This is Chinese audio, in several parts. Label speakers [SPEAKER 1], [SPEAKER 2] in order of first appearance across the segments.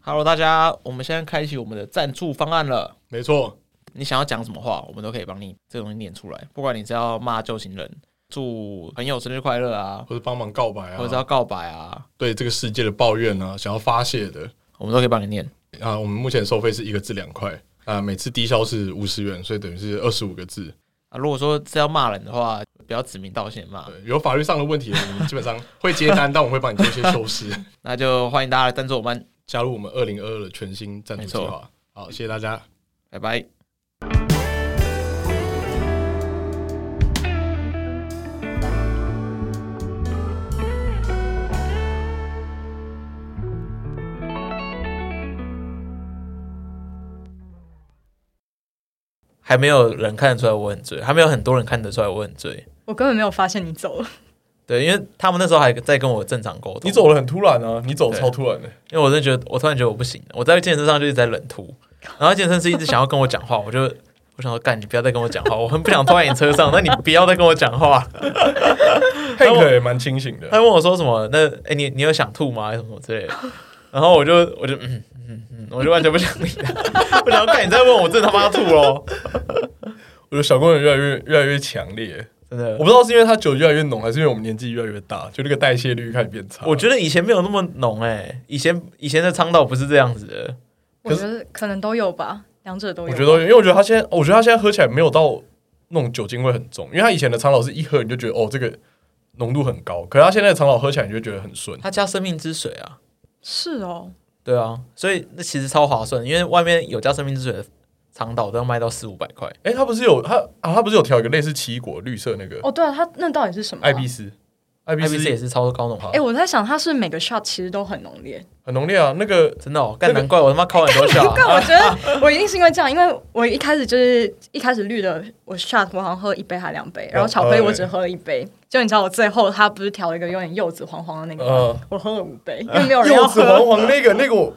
[SPEAKER 1] Hello，大家，我们现在开启我们的赞助方案了。
[SPEAKER 2] 没错，
[SPEAKER 1] 你想要讲什么话，我们都可以帮你这个东西念出来。不管你是要骂旧情人、祝朋友生日快乐啊，
[SPEAKER 2] 或者帮忙告白啊，
[SPEAKER 1] 或者是要告白啊，
[SPEAKER 2] 对这个世界的抱怨啊，想要发泄的
[SPEAKER 1] 我们都可以帮你念。
[SPEAKER 2] 啊，我们目前收费是一个字两块啊，每次低消是五十元，所以等于是二十五个字。
[SPEAKER 1] 啊，如果说是要骂人的话，不要指名道姓骂。
[SPEAKER 2] 对，有法律上的问题，我们基本上会接单，但我们会帮你做一些 修饰。
[SPEAKER 1] 那就欢迎大家来赞助我们，
[SPEAKER 2] 加入我们二零二二的全新赞助计
[SPEAKER 1] 没
[SPEAKER 2] 划。好，谢谢大家。
[SPEAKER 1] 拜拜。
[SPEAKER 3] 还没有人看得出来我很醉，还没有很多人看得出来我很醉。
[SPEAKER 4] 我根本没有发现你走了，
[SPEAKER 3] 对，因为他们那时候还在跟我正常沟通。
[SPEAKER 5] 你走，了很突然啊，你走得
[SPEAKER 3] 对
[SPEAKER 5] 超突然的、
[SPEAKER 3] 因为我真的觉得，我突然觉得我不行了。我在健身上就一直在冷吐，然后健身师一直想要跟我讲话，我就我想说，干你不要再跟我讲话，我很不想坐在你车上，那你不要再跟我讲话。
[SPEAKER 5] 汉克也蛮清醒的
[SPEAKER 3] 他，问我说什么？那哎、诶你你有想吐吗？还是什么之类的。然后我就我就嗯嗯嗯，我就完全不想理他。 我想说干你再问我，我真的他妈要吐哦喽！
[SPEAKER 5] 我觉得小公园越来越越来越强烈。
[SPEAKER 3] 真的
[SPEAKER 5] 我不，知道是因为他酒越来越浓，还是因为我们年纪越来越大，就那个代谢率开始变差。
[SPEAKER 3] 我觉得以前没有那么浓哎、诶以前以前的肠道不是这样子的。
[SPEAKER 4] 我觉得可能都有吧，两者都有。
[SPEAKER 5] 我觉得，因为我觉得他现在，我觉得他现在喝起来没有到那种酒精味很重，因为他以前的长老是一喝你就觉得哦这个浓度很高，可是他现在的长老喝起来你就觉得很顺。
[SPEAKER 3] 他加生命之水啊，
[SPEAKER 4] 是哦，
[SPEAKER 3] 对啊，所以那其实超划算，因为外面有加生命之水的长岛都要卖到四五百块。
[SPEAKER 5] 哎、他不是有他啊，他不是有调一个类似奇异果绿色那个
[SPEAKER 4] 哦对啊，它那到底是什么啊、
[SPEAKER 5] 艾必斯，艾必
[SPEAKER 3] I B C 也
[SPEAKER 5] 斯
[SPEAKER 3] 是超高浓
[SPEAKER 5] 好
[SPEAKER 4] 哎、我在想，它是每个 shot 其实都很浓烈，
[SPEAKER 5] 很浓烈啊，那个
[SPEAKER 3] 真的哦，干
[SPEAKER 5] 那个
[SPEAKER 3] 难怪我他妈考很多笑、
[SPEAKER 4] 但
[SPEAKER 3] 啊。
[SPEAKER 4] 我觉得我一定是因为这样，因为我一开始就是一开始绿的，我 shot 我好像喝一杯还两杯，然后巧克力我只喝了一 杯。就你知道，我最后它不是调了一个有点柚子黄黄的那个吗，
[SPEAKER 5] 嗯
[SPEAKER 4] 我喝了五杯，因为没有人要
[SPEAKER 5] 柚子黄
[SPEAKER 4] 喝，
[SPEAKER 5] 黄那个那个 我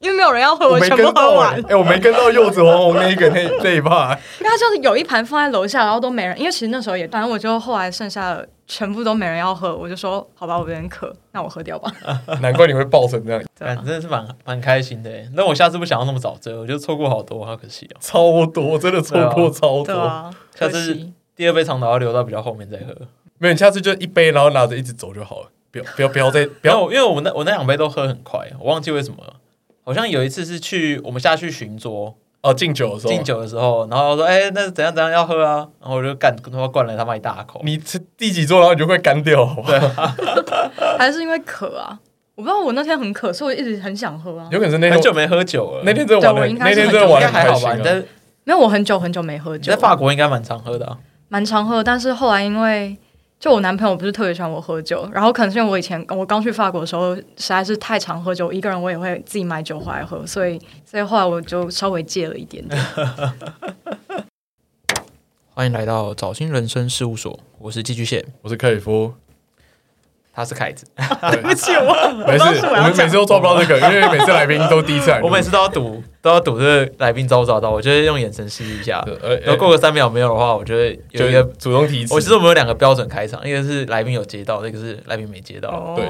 [SPEAKER 4] 因为没有人要喝，
[SPEAKER 5] 我没
[SPEAKER 4] 全
[SPEAKER 5] 跟
[SPEAKER 4] 部喝
[SPEAKER 5] 到
[SPEAKER 4] 完
[SPEAKER 5] 哎、。欸我没跟到柚子黄黄那一个那那一趴、
[SPEAKER 4] 因为它就是有一盘放在楼下，然后都没人，因为其实那时候也，反正我就后来剩下的全部都没人要喝，我就说好吧，我有点渴，那我喝掉吧。
[SPEAKER 5] 难怪你会爆成这样，
[SPEAKER 4] 对啊
[SPEAKER 3] 哎真的是蛮蛮开心的欸耶。那我下次不想要那么早醉，我觉得错过好多，好可惜哦。
[SPEAKER 5] 超多，真的错过超
[SPEAKER 4] 对
[SPEAKER 5] 多。
[SPEAKER 4] 啊，
[SPEAKER 3] 下
[SPEAKER 4] 可
[SPEAKER 3] 次
[SPEAKER 4] 惜。
[SPEAKER 3] 第二杯长岛要留到比较后面再喝。
[SPEAKER 5] 没有，你下次就一杯，然后拿着一直走就好了，不要不要不要再不
[SPEAKER 3] 然后
[SPEAKER 5] 要
[SPEAKER 3] 我因为我那我那两杯都喝很快，我忘记为什么了。好像有一次是去我们下去巡桌
[SPEAKER 5] 哦敬酒的时候，
[SPEAKER 3] 敬，酒的时候，然后我说：“哎、那怎样怎样要喝啊？”然后我就干跟他妈灌了他妈一大口。
[SPEAKER 5] 你这第几桌，然后你就快干掉，好
[SPEAKER 3] 啊
[SPEAKER 5] 吧？
[SPEAKER 4] 还是因为渴啊，我不知道我那天很渴，所以我一直很想喝啊。
[SPEAKER 5] 有可能是那
[SPEAKER 3] 很久
[SPEAKER 5] 天
[SPEAKER 3] 没喝酒了，
[SPEAKER 5] 那天真的玩
[SPEAKER 4] 对我
[SPEAKER 5] 的，
[SPEAKER 4] 应该
[SPEAKER 5] 那
[SPEAKER 4] 是
[SPEAKER 5] 天真的
[SPEAKER 4] 很久
[SPEAKER 3] 应
[SPEAKER 5] 玩
[SPEAKER 3] 该
[SPEAKER 5] 的
[SPEAKER 3] 还
[SPEAKER 5] 开
[SPEAKER 3] 好
[SPEAKER 5] 心
[SPEAKER 3] 吧？你在
[SPEAKER 5] 啊。
[SPEAKER 3] 你
[SPEAKER 4] 没有，我很久很久没喝酒，
[SPEAKER 3] 在法国应该蛮常喝的啊、
[SPEAKER 4] 蛮常喝，但是后来因为就我男朋友不是特别喜欢我喝酒，然后可能是因为我以前我刚去法国的时候实在是太常喝酒，一个人我也会自己买酒回来喝，所以所以后来我就稍微戒了一点点。
[SPEAKER 3] 欢迎来到早新人生事务所，我是寄居蟹，
[SPEAKER 5] 我是克 里夫，
[SPEAKER 3] 他是 凯子。
[SPEAKER 5] 对
[SPEAKER 4] 不起，我
[SPEAKER 5] 没事，
[SPEAKER 4] 当时我
[SPEAKER 5] 我
[SPEAKER 4] 要
[SPEAKER 5] 们每次都抓不到这个，因为每次来宾都第一次来
[SPEAKER 3] 哦
[SPEAKER 5] 录，
[SPEAKER 3] 我每次都要赌，都要赌这个来宾招不招到，我就会用眼神示意一下
[SPEAKER 5] 对。呃
[SPEAKER 3] 然后过
[SPEAKER 5] 呃
[SPEAKER 3] 个三秒没有的话，我就会有一
[SPEAKER 5] 就
[SPEAKER 3] 个。
[SPEAKER 5] 主动提一次
[SPEAKER 3] 我其实我们有两个标准开场，一个是来宾有接到，一个是来宾没接
[SPEAKER 4] 哦
[SPEAKER 3] 到。
[SPEAKER 5] 对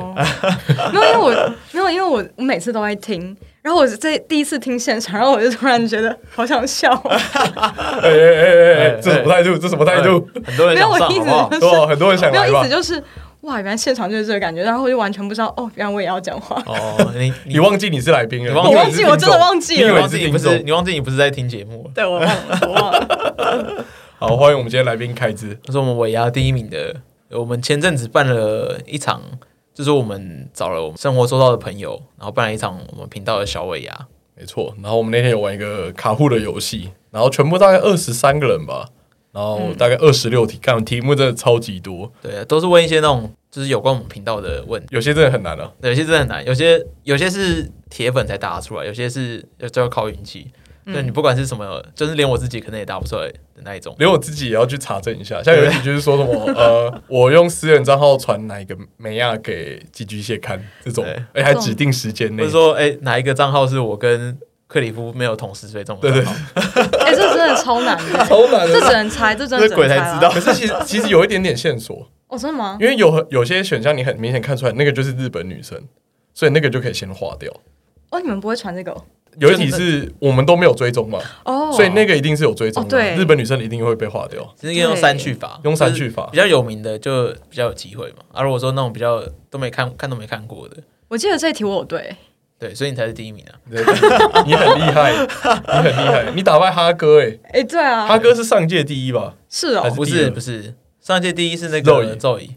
[SPEAKER 4] 对，没有，因为我没有，因为我我每次都在听，然后我在第一次听现场，然后我就突然觉得好想 笑，
[SPEAKER 5] 哎哎哎哎
[SPEAKER 3] 哎
[SPEAKER 5] 哎，这什么态度？这什么态度？
[SPEAKER 3] 很多人
[SPEAKER 4] 没有
[SPEAKER 3] 想上，
[SPEAKER 4] 我一
[SPEAKER 3] 好
[SPEAKER 4] 直
[SPEAKER 3] 不好？
[SPEAKER 4] 就是
[SPEAKER 5] 对吧？很多人想
[SPEAKER 4] 没有
[SPEAKER 5] 来
[SPEAKER 4] 意
[SPEAKER 5] 吧
[SPEAKER 4] 思？就是哇，原来现场就是这个感觉，然后我就完全不知道哦，原来我也要讲话，
[SPEAKER 3] 哦，你
[SPEAKER 5] 你忘记你是来宾了，
[SPEAKER 3] 你忘
[SPEAKER 4] 我
[SPEAKER 3] 记
[SPEAKER 5] 以为你是
[SPEAKER 4] 忘记，
[SPEAKER 5] 听
[SPEAKER 4] 我
[SPEAKER 5] 众
[SPEAKER 4] 真的忘记
[SPEAKER 3] 你
[SPEAKER 5] 以
[SPEAKER 4] 了
[SPEAKER 5] 为，
[SPEAKER 3] 忘
[SPEAKER 5] 是
[SPEAKER 3] 记你
[SPEAKER 5] 听
[SPEAKER 3] 不是
[SPEAKER 5] 众
[SPEAKER 3] 你忘记你不是在听节目了，
[SPEAKER 4] 对我忘了，我忘了，
[SPEAKER 5] 好，欢迎我们今天来宾开支。
[SPEAKER 3] 这是我们尾牙第一名的。我们前阵子办了一场，就是我们找了我们生活周到的朋友，然后办了一场我们频道的小尾牙。
[SPEAKER 5] 没错，然后我们那天有玩一个卡户的游戏，然后全部大概二十三个人吧，然
[SPEAKER 4] 嗯
[SPEAKER 5] 后大概二十六题，看题目真的超级多，
[SPEAKER 3] 对，都是问一些那种就是有关我们频道的问题，
[SPEAKER 5] 有些真的很难啊。
[SPEAKER 3] 对有些真的很难，有些有些是铁粉才答得出来，有些是要就要靠运气。就你不管是什么，就是连我自己可能也答不出来的那一种。
[SPEAKER 5] 连我自己也要去查证一下。像有一题就是说什么呃，我用私人账号传哪一个美亚给寄居蟹看这种哎
[SPEAKER 3] 对，
[SPEAKER 5] 而且还指定时间
[SPEAKER 3] 或
[SPEAKER 5] 内
[SPEAKER 3] 者。说，哎、哪一个账号是我跟克里夫没有同时追踪的
[SPEAKER 5] 对对
[SPEAKER 3] 账号？
[SPEAKER 4] 哎，这真的超难的，
[SPEAKER 5] 超难
[SPEAKER 4] 这
[SPEAKER 5] 的，
[SPEAKER 4] 只能猜，这真
[SPEAKER 3] 这
[SPEAKER 4] 的只
[SPEAKER 3] 鬼
[SPEAKER 4] 能
[SPEAKER 3] 才
[SPEAKER 4] 猜
[SPEAKER 3] 知道
[SPEAKER 5] 可
[SPEAKER 4] 了。
[SPEAKER 5] 是其实其实有一点点线索，
[SPEAKER 4] 哦，真的 吗？
[SPEAKER 5] 因为有有些选项你很明显看出来，那个就是日本女生，所以那个就可以先划掉。
[SPEAKER 4] 哦，你们不会传这个哦
[SPEAKER 5] 有一题是我们都没有追踪嘛，
[SPEAKER 4] 哦，
[SPEAKER 5] 所以那个一定是有追踪
[SPEAKER 4] 哦
[SPEAKER 5] 的。
[SPEAKER 4] 对
[SPEAKER 5] 日本女生一定会被划掉。
[SPEAKER 3] 其实应该用删去法，
[SPEAKER 5] 用删去法
[SPEAKER 3] 就是比较有名的就比较有机会嘛。啊，如果说那种比较都没看看都没看过的，
[SPEAKER 4] 我记得这一题我有对，
[SPEAKER 3] 对，所以你才是第一名啊。
[SPEAKER 5] 你很厉害，你很厉害，你打败哈哥哎，
[SPEAKER 4] 哎，对啊，
[SPEAKER 5] 哈哥是上届第一吧？
[SPEAKER 4] 是
[SPEAKER 5] 还
[SPEAKER 4] 哦，
[SPEAKER 3] 不
[SPEAKER 5] 第
[SPEAKER 3] 是
[SPEAKER 5] 二
[SPEAKER 3] 不是，上届第一是那个
[SPEAKER 5] Zoe
[SPEAKER 3] 咒语，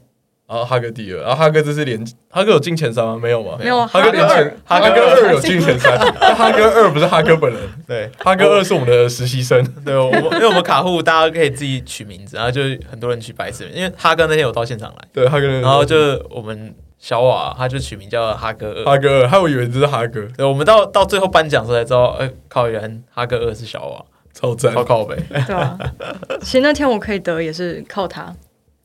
[SPEAKER 5] 然后哈哥第二，然后哈哥这是连哈哥有进前三吗？没有吧？
[SPEAKER 4] 没有
[SPEAKER 5] 哈哥连前哈
[SPEAKER 4] 哈哥二
[SPEAKER 5] 哥二有进前三，但 哈哥二不是哈哥本人，
[SPEAKER 3] 对
[SPEAKER 5] 哈哥二是我们的实习生。
[SPEAKER 3] 对，我们因为我们卡户大家可以自己取名字，然后就很多人取白痴名，因为哈哥那天有到现场来，
[SPEAKER 5] 对，哈哥二，
[SPEAKER 3] 然后就我们小瓦他就取名叫哈哥二。
[SPEAKER 5] 哈哥二，害我以为这是哈哥，
[SPEAKER 3] 对，我们到到最后颁奖的时候才知道，哎、靠，原来哈哥呃二是小瓦，呃
[SPEAKER 5] 超赞
[SPEAKER 3] 超，靠北。
[SPEAKER 4] 对啊。其实那天我可以得也是靠他，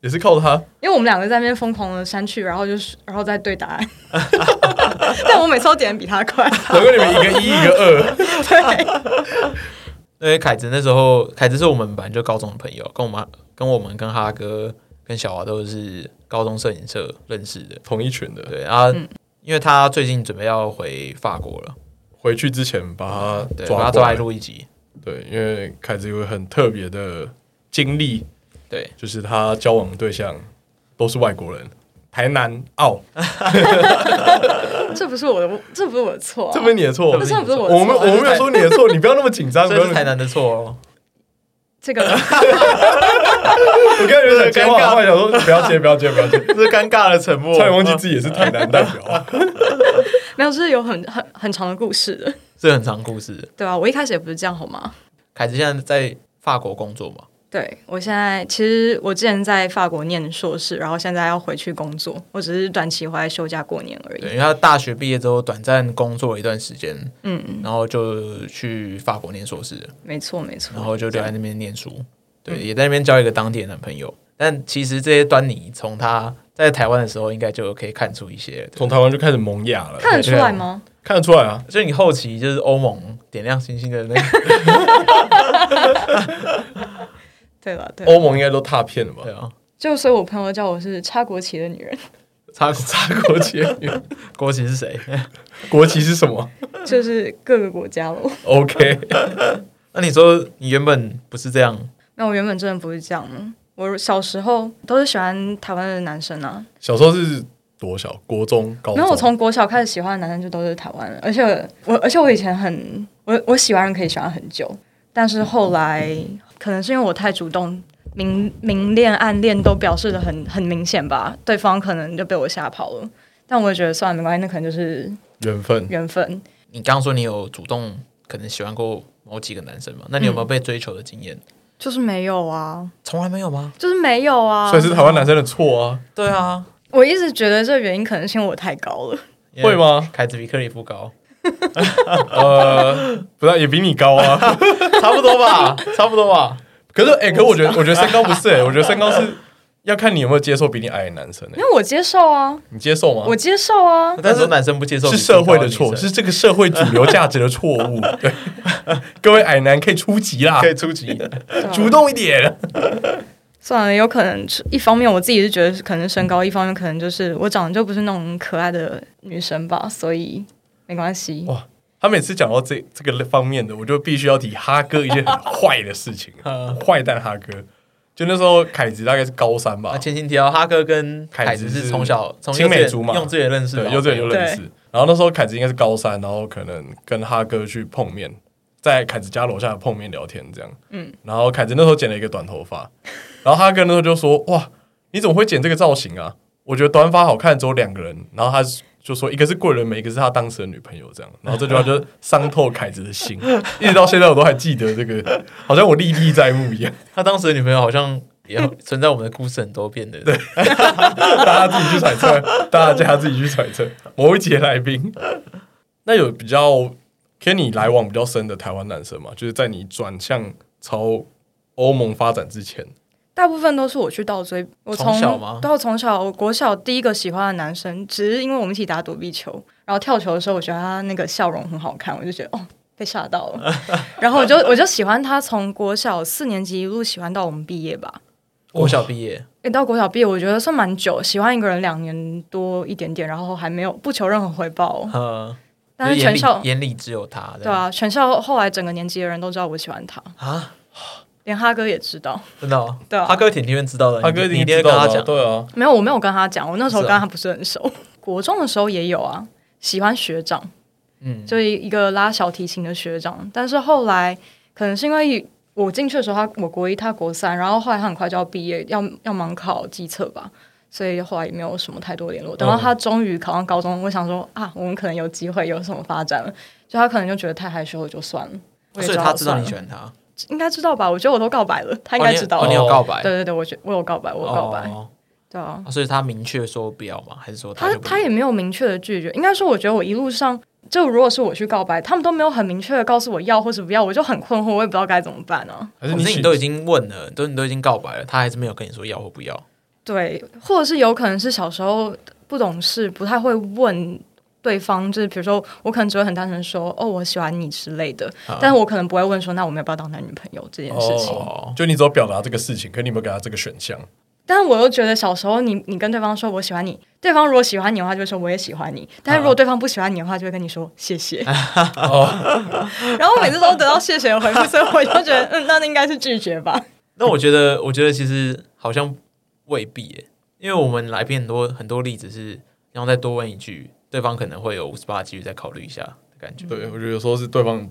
[SPEAKER 5] 也是靠他。
[SPEAKER 4] 因为我们两个在那边疯狂的删去，然后就是然后再对答案， 但我每次都点得比他快。
[SPEAKER 5] 难怪你们一个一，一个二，
[SPEAKER 3] 因为凯子那时候，凯呃子是我们本来就高中的朋友，跟我们跟我们跟哈哥跟小华都是高中摄影社认识的。
[SPEAKER 5] 同一群的。
[SPEAKER 3] 对啊，
[SPEAKER 4] 嗯
[SPEAKER 3] 因为他最近准备要回法国了，
[SPEAKER 5] 回去之前把他
[SPEAKER 3] 对，
[SPEAKER 5] 抓
[SPEAKER 3] 把他
[SPEAKER 5] 过
[SPEAKER 3] 抓
[SPEAKER 5] 来
[SPEAKER 3] 来录一集。
[SPEAKER 5] 对，因为凯子有个很特别的经历，
[SPEAKER 3] 对，
[SPEAKER 5] 就是他交往对象都是外国人，台南澳，
[SPEAKER 4] 这不是我的，这不是我的错、啊，
[SPEAKER 5] 这不是你的错，
[SPEAKER 4] 这真的不是我的
[SPEAKER 5] 我
[SPEAKER 4] 错
[SPEAKER 5] 们
[SPEAKER 4] 啊，
[SPEAKER 5] 我们没有说你的错，你不要那么紧张，不
[SPEAKER 3] 所以
[SPEAKER 5] 要
[SPEAKER 3] 是台南的错哦。
[SPEAKER 4] 这个
[SPEAKER 5] 我刚才有点接话，后来想说不要接，不要接，不要 接，
[SPEAKER 3] 这是尴尬的沉默
[SPEAKER 5] 差点忘记自己也是台南代表。啊
[SPEAKER 4] 没有，是有很很很长的故事的，
[SPEAKER 3] 这很长故事。
[SPEAKER 4] 对啊，我一开始也不是这样，好吗？
[SPEAKER 3] 凯子现在在法国工作嘛，
[SPEAKER 4] 对我现在其实我之前在法国念硕士，然后现在要回去工作，我只是短期回来休假过年而
[SPEAKER 3] 对，
[SPEAKER 4] 已。
[SPEAKER 3] 因为他大学毕业之后短暂工作了一段时间，
[SPEAKER 4] 嗯，
[SPEAKER 3] 然后就去法国念硕士了。
[SPEAKER 4] 没错没错。
[SPEAKER 3] 然后就留在那边念书，对，
[SPEAKER 4] 嗯
[SPEAKER 3] 也在那边交一个当地的男朋友。但其实这些端倪，从他在台湾的时候，应该就可以看出一些了。对
[SPEAKER 5] 从台湾就开始萌芽了，
[SPEAKER 4] 看得出来吗？
[SPEAKER 5] 看得出来啊，
[SPEAKER 3] 就你后期就是欧盟点亮星星的那个，
[SPEAKER 4] 对了，对
[SPEAKER 5] 欧盟应该都踏遍了吧
[SPEAKER 3] 对？ 啊，
[SPEAKER 4] 就所以我朋友叫我是插国旗的女人，
[SPEAKER 3] 插
[SPEAKER 5] 插国旗，
[SPEAKER 3] 国旗是谁？
[SPEAKER 5] 国旗是什么
[SPEAKER 4] 就是各个国家喽。
[SPEAKER 5] ？OK，
[SPEAKER 3] 那你说你原本不是这样，
[SPEAKER 4] 那我原本真的不是这样的，我小时候都是喜欢台湾的男生啊，
[SPEAKER 5] 小时候是多小？国中、高中？
[SPEAKER 4] 然后我从国小开始喜欢的男生就都是台湾人，而且我而且我以前很我我喜欢人可以喜欢很久，但是后来可能是因为我太主动，明明恋暗恋都表示的很很明显吧，对方可能就被我吓跑了。但我也觉得算了，没关系，那可能就是
[SPEAKER 5] 缘分，
[SPEAKER 4] 缘分。
[SPEAKER 3] 你刚刚说你有主动可能喜欢过某几个男生嘛？那你有没有被追求的经验？
[SPEAKER 4] 就是没有啊，
[SPEAKER 3] 从来没有吗？
[SPEAKER 4] 就是没有啊
[SPEAKER 5] 所。以是台湾男生的错啊？
[SPEAKER 3] 对啊，
[SPEAKER 4] 我一直觉得这原因可能是因为我太高了，
[SPEAKER 5] 会吗？
[SPEAKER 3] 凯子比克里夫高，
[SPEAKER 5] 呃，不是，也比你高啊。
[SPEAKER 3] 差不多吧， 差不多吧。
[SPEAKER 5] 可是，哎，可是我觉得，我觉得身高不是，哎，我觉得身高是要看你有没有接受比你矮的男生，哎
[SPEAKER 4] 因，为我接受啊，
[SPEAKER 5] 你接受吗？
[SPEAKER 4] 我接受啊。
[SPEAKER 3] 但是男生不接受
[SPEAKER 5] 是
[SPEAKER 3] 比自己高
[SPEAKER 5] 社会的
[SPEAKER 3] 女
[SPEAKER 5] 错，
[SPEAKER 3] 生
[SPEAKER 5] 是这个社会主流价值的错误。 对，各位矮男可以出击啦，
[SPEAKER 3] 可以出级。
[SPEAKER 4] 对 啊
[SPEAKER 5] 主动一点。
[SPEAKER 4] 算了，有可能是一方面我自己是觉得是可能身高，一方面可能就是我长得就不是那种可爱的女生吧，所以没关系。
[SPEAKER 3] 哦
[SPEAKER 5] 哇，他每次讲到这这个方面的，我就必须要提哈哥一件很坏的事情，坏蛋哈哥。就那时候凯子大概是高三吧
[SPEAKER 3] 啊，，前情提要，哈哥跟凯子是从小从幼
[SPEAKER 5] 青
[SPEAKER 3] 稚园
[SPEAKER 5] 梅竹马，
[SPEAKER 3] 幼稚园认识的，
[SPEAKER 5] 对，幼稚园就认识
[SPEAKER 4] 对。
[SPEAKER 5] 然后那时候凯子应该是高三，然后可能跟哈哥去碰面，在凯子家楼下碰面聊天这样。嗯，然后凯子那时候剪了一个短头发，然后哈哥那时候就说：“哇，你怎么会剪这个造型啊？我觉得短发好看，只有两个人。”然后他就说：“一个是桂纶镁，一个是他当时的女朋友。”这样，然后这句话就伤透凯子的心， 一直到现在我都还记得这个，好像我历历在目一样。
[SPEAKER 3] 他当时的女朋友好像 也存在我们的故事很多遍的，对，
[SPEAKER 5] 大家自己去揣测， 大家自己去揣测。某一节来宾，那有比较跟你来往比较深的台湾男生吗？就是在你转向朝欧盟发展之前，
[SPEAKER 4] 大部分都是我去倒追，我从
[SPEAKER 3] 从小吗
[SPEAKER 4] 对，我从小我国小第一个喜欢的男生，只是因为我们一起打躲避球，然后跳球的时候，我觉得他那个笑容很好看，我就觉得哦。被吓到了， 然后我就我就喜欢他，从国小四年级一路喜欢到我们毕业吧。
[SPEAKER 3] 国小毕业，
[SPEAKER 4] 诶，到国小毕业，我觉得算蛮久，喜欢一个人两年多一点点，然后还没有不求任何回报哦、
[SPEAKER 3] 呃，
[SPEAKER 4] 但是
[SPEAKER 3] 就眼
[SPEAKER 4] 全
[SPEAKER 3] 里
[SPEAKER 4] 校
[SPEAKER 3] 眼里只有他，这
[SPEAKER 4] 对
[SPEAKER 3] 样
[SPEAKER 4] 啊，全校后来整个年级的人都知道我喜欢他，
[SPEAKER 3] 啊，
[SPEAKER 4] 连哈哥也知道。
[SPEAKER 3] 真的哦，
[SPEAKER 4] 对啊
[SPEAKER 3] 他哥挺天知道的，
[SPEAKER 5] 他哥
[SPEAKER 3] 哦你你一
[SPEAKER 5] 定
[SPEAKER 3] 定会
[SPEAKER 5] 知
[SPEAKER 3] 跟
[SPEAKER 5] 道
[SPEAKER 3] 他
[SPEAKER 5] 的啊，
[SPEAKER 3] 讲，
[SPEAKER 5] 对啊，
[SPEAKER 4] 没有，我没有跟他讲，我那时候
[SPEAKER 3] 是哦
[SPEAKER 4] 跟他不是很熟。 国中的时候也有啊，喜欢学长，
[SPEAKER 3] 嗯，
[SPEAKER 4] 就是一个拉小提琴的学长。但是后来可能是因为我进去的时候他我国一，他国三，然后后来他很快就要毕业，要要忙考机测吧。所以后来也没有什么太多联
[SPEAKER 3] 嗯
[SPEAKER 4] 络。等到他终于考上高中，我想说啊，我们可能有机会有什么发展了。就他可能就觉得太害羞了，就算了。我也
[SPEAKER 3] 所以他
[SPEAKER 4] 就
[SPEAKER 3] 知道
[SPEAKER 4] 算
[SPEAKER 3] 你
[SPEAKER 4] 了
[SPEAKER 3] 喜欢他，
[SPEAKER 4] 应该知道吧？我觉得我都告白了，他应该知道
[SPEAKER 3] 哦，你有哦你有
[SPEAKER 4] 了。
[SPEAKER 3] 告白，
[SPEAKER 4] 对对对，我觉我有告白，我有告白，
[SPEAKER 3] 哦
[SPEAKER 4] 对啊。
[SPEAKER 3] 啊所以他明确说不要嘛，还是说
[SPEAKER 4] 他
[SPEAKER 3] 就不
[SPEAKER 4] 他也没有明确的拒绝，应该说，我觉得我一路上，就如果是我去告白，他们都没有很明确的告诉我要或者不要，我就很困惑，我也不知道该怎么办啊。
[SPEAKER 3] 可
[SPEAKER 5] 还是
[SPEAKER 3] 是
[SPEAKER 5] 你
[SPEAKER 3] 你
[SPEAKER 5] 喜
[SPEAKER 3] 都已经问了，都你都已经告白了，他还是没有跟你说要或不
[SPEAKER 4] 嗯
[SPEAKER 3] 要。
[SPEAKER 4] 对，或者是有可能是小时候不懂事，不太会问对方，就是比如说我可能只会很单纯地说哦我喜欢你之类的，
[SPEAKER 3] 啊
[SPEAKER 4] 但是我可能不会问说那我们要不要当男女朋友这件事情。
[SPEAKER 3] 哦，
[SPEAKER 5] 就你只有表达这个事情，可你有没有给他这个选项？
[SPEAKER 4] 但我又觉得小时候你你跟对方说我喜欢你，对方如果喜欢你的话就会说我也喜欢你，但是如果对方不喜欢你的话就会跟你说谢谢。哦然后我每次都得到谢谢的回复，所以我就觉得嗯，那应该是拒绝吧。
[SPEAKER 3] 那我觉得，我觉得其实好像未必耶，因为我们来宾很多很多例子是，然后再多问一句，对方可能会有五十八几率再考虑一下的感觉。
[SPEAKER 5] 对，我觉得有时候是对方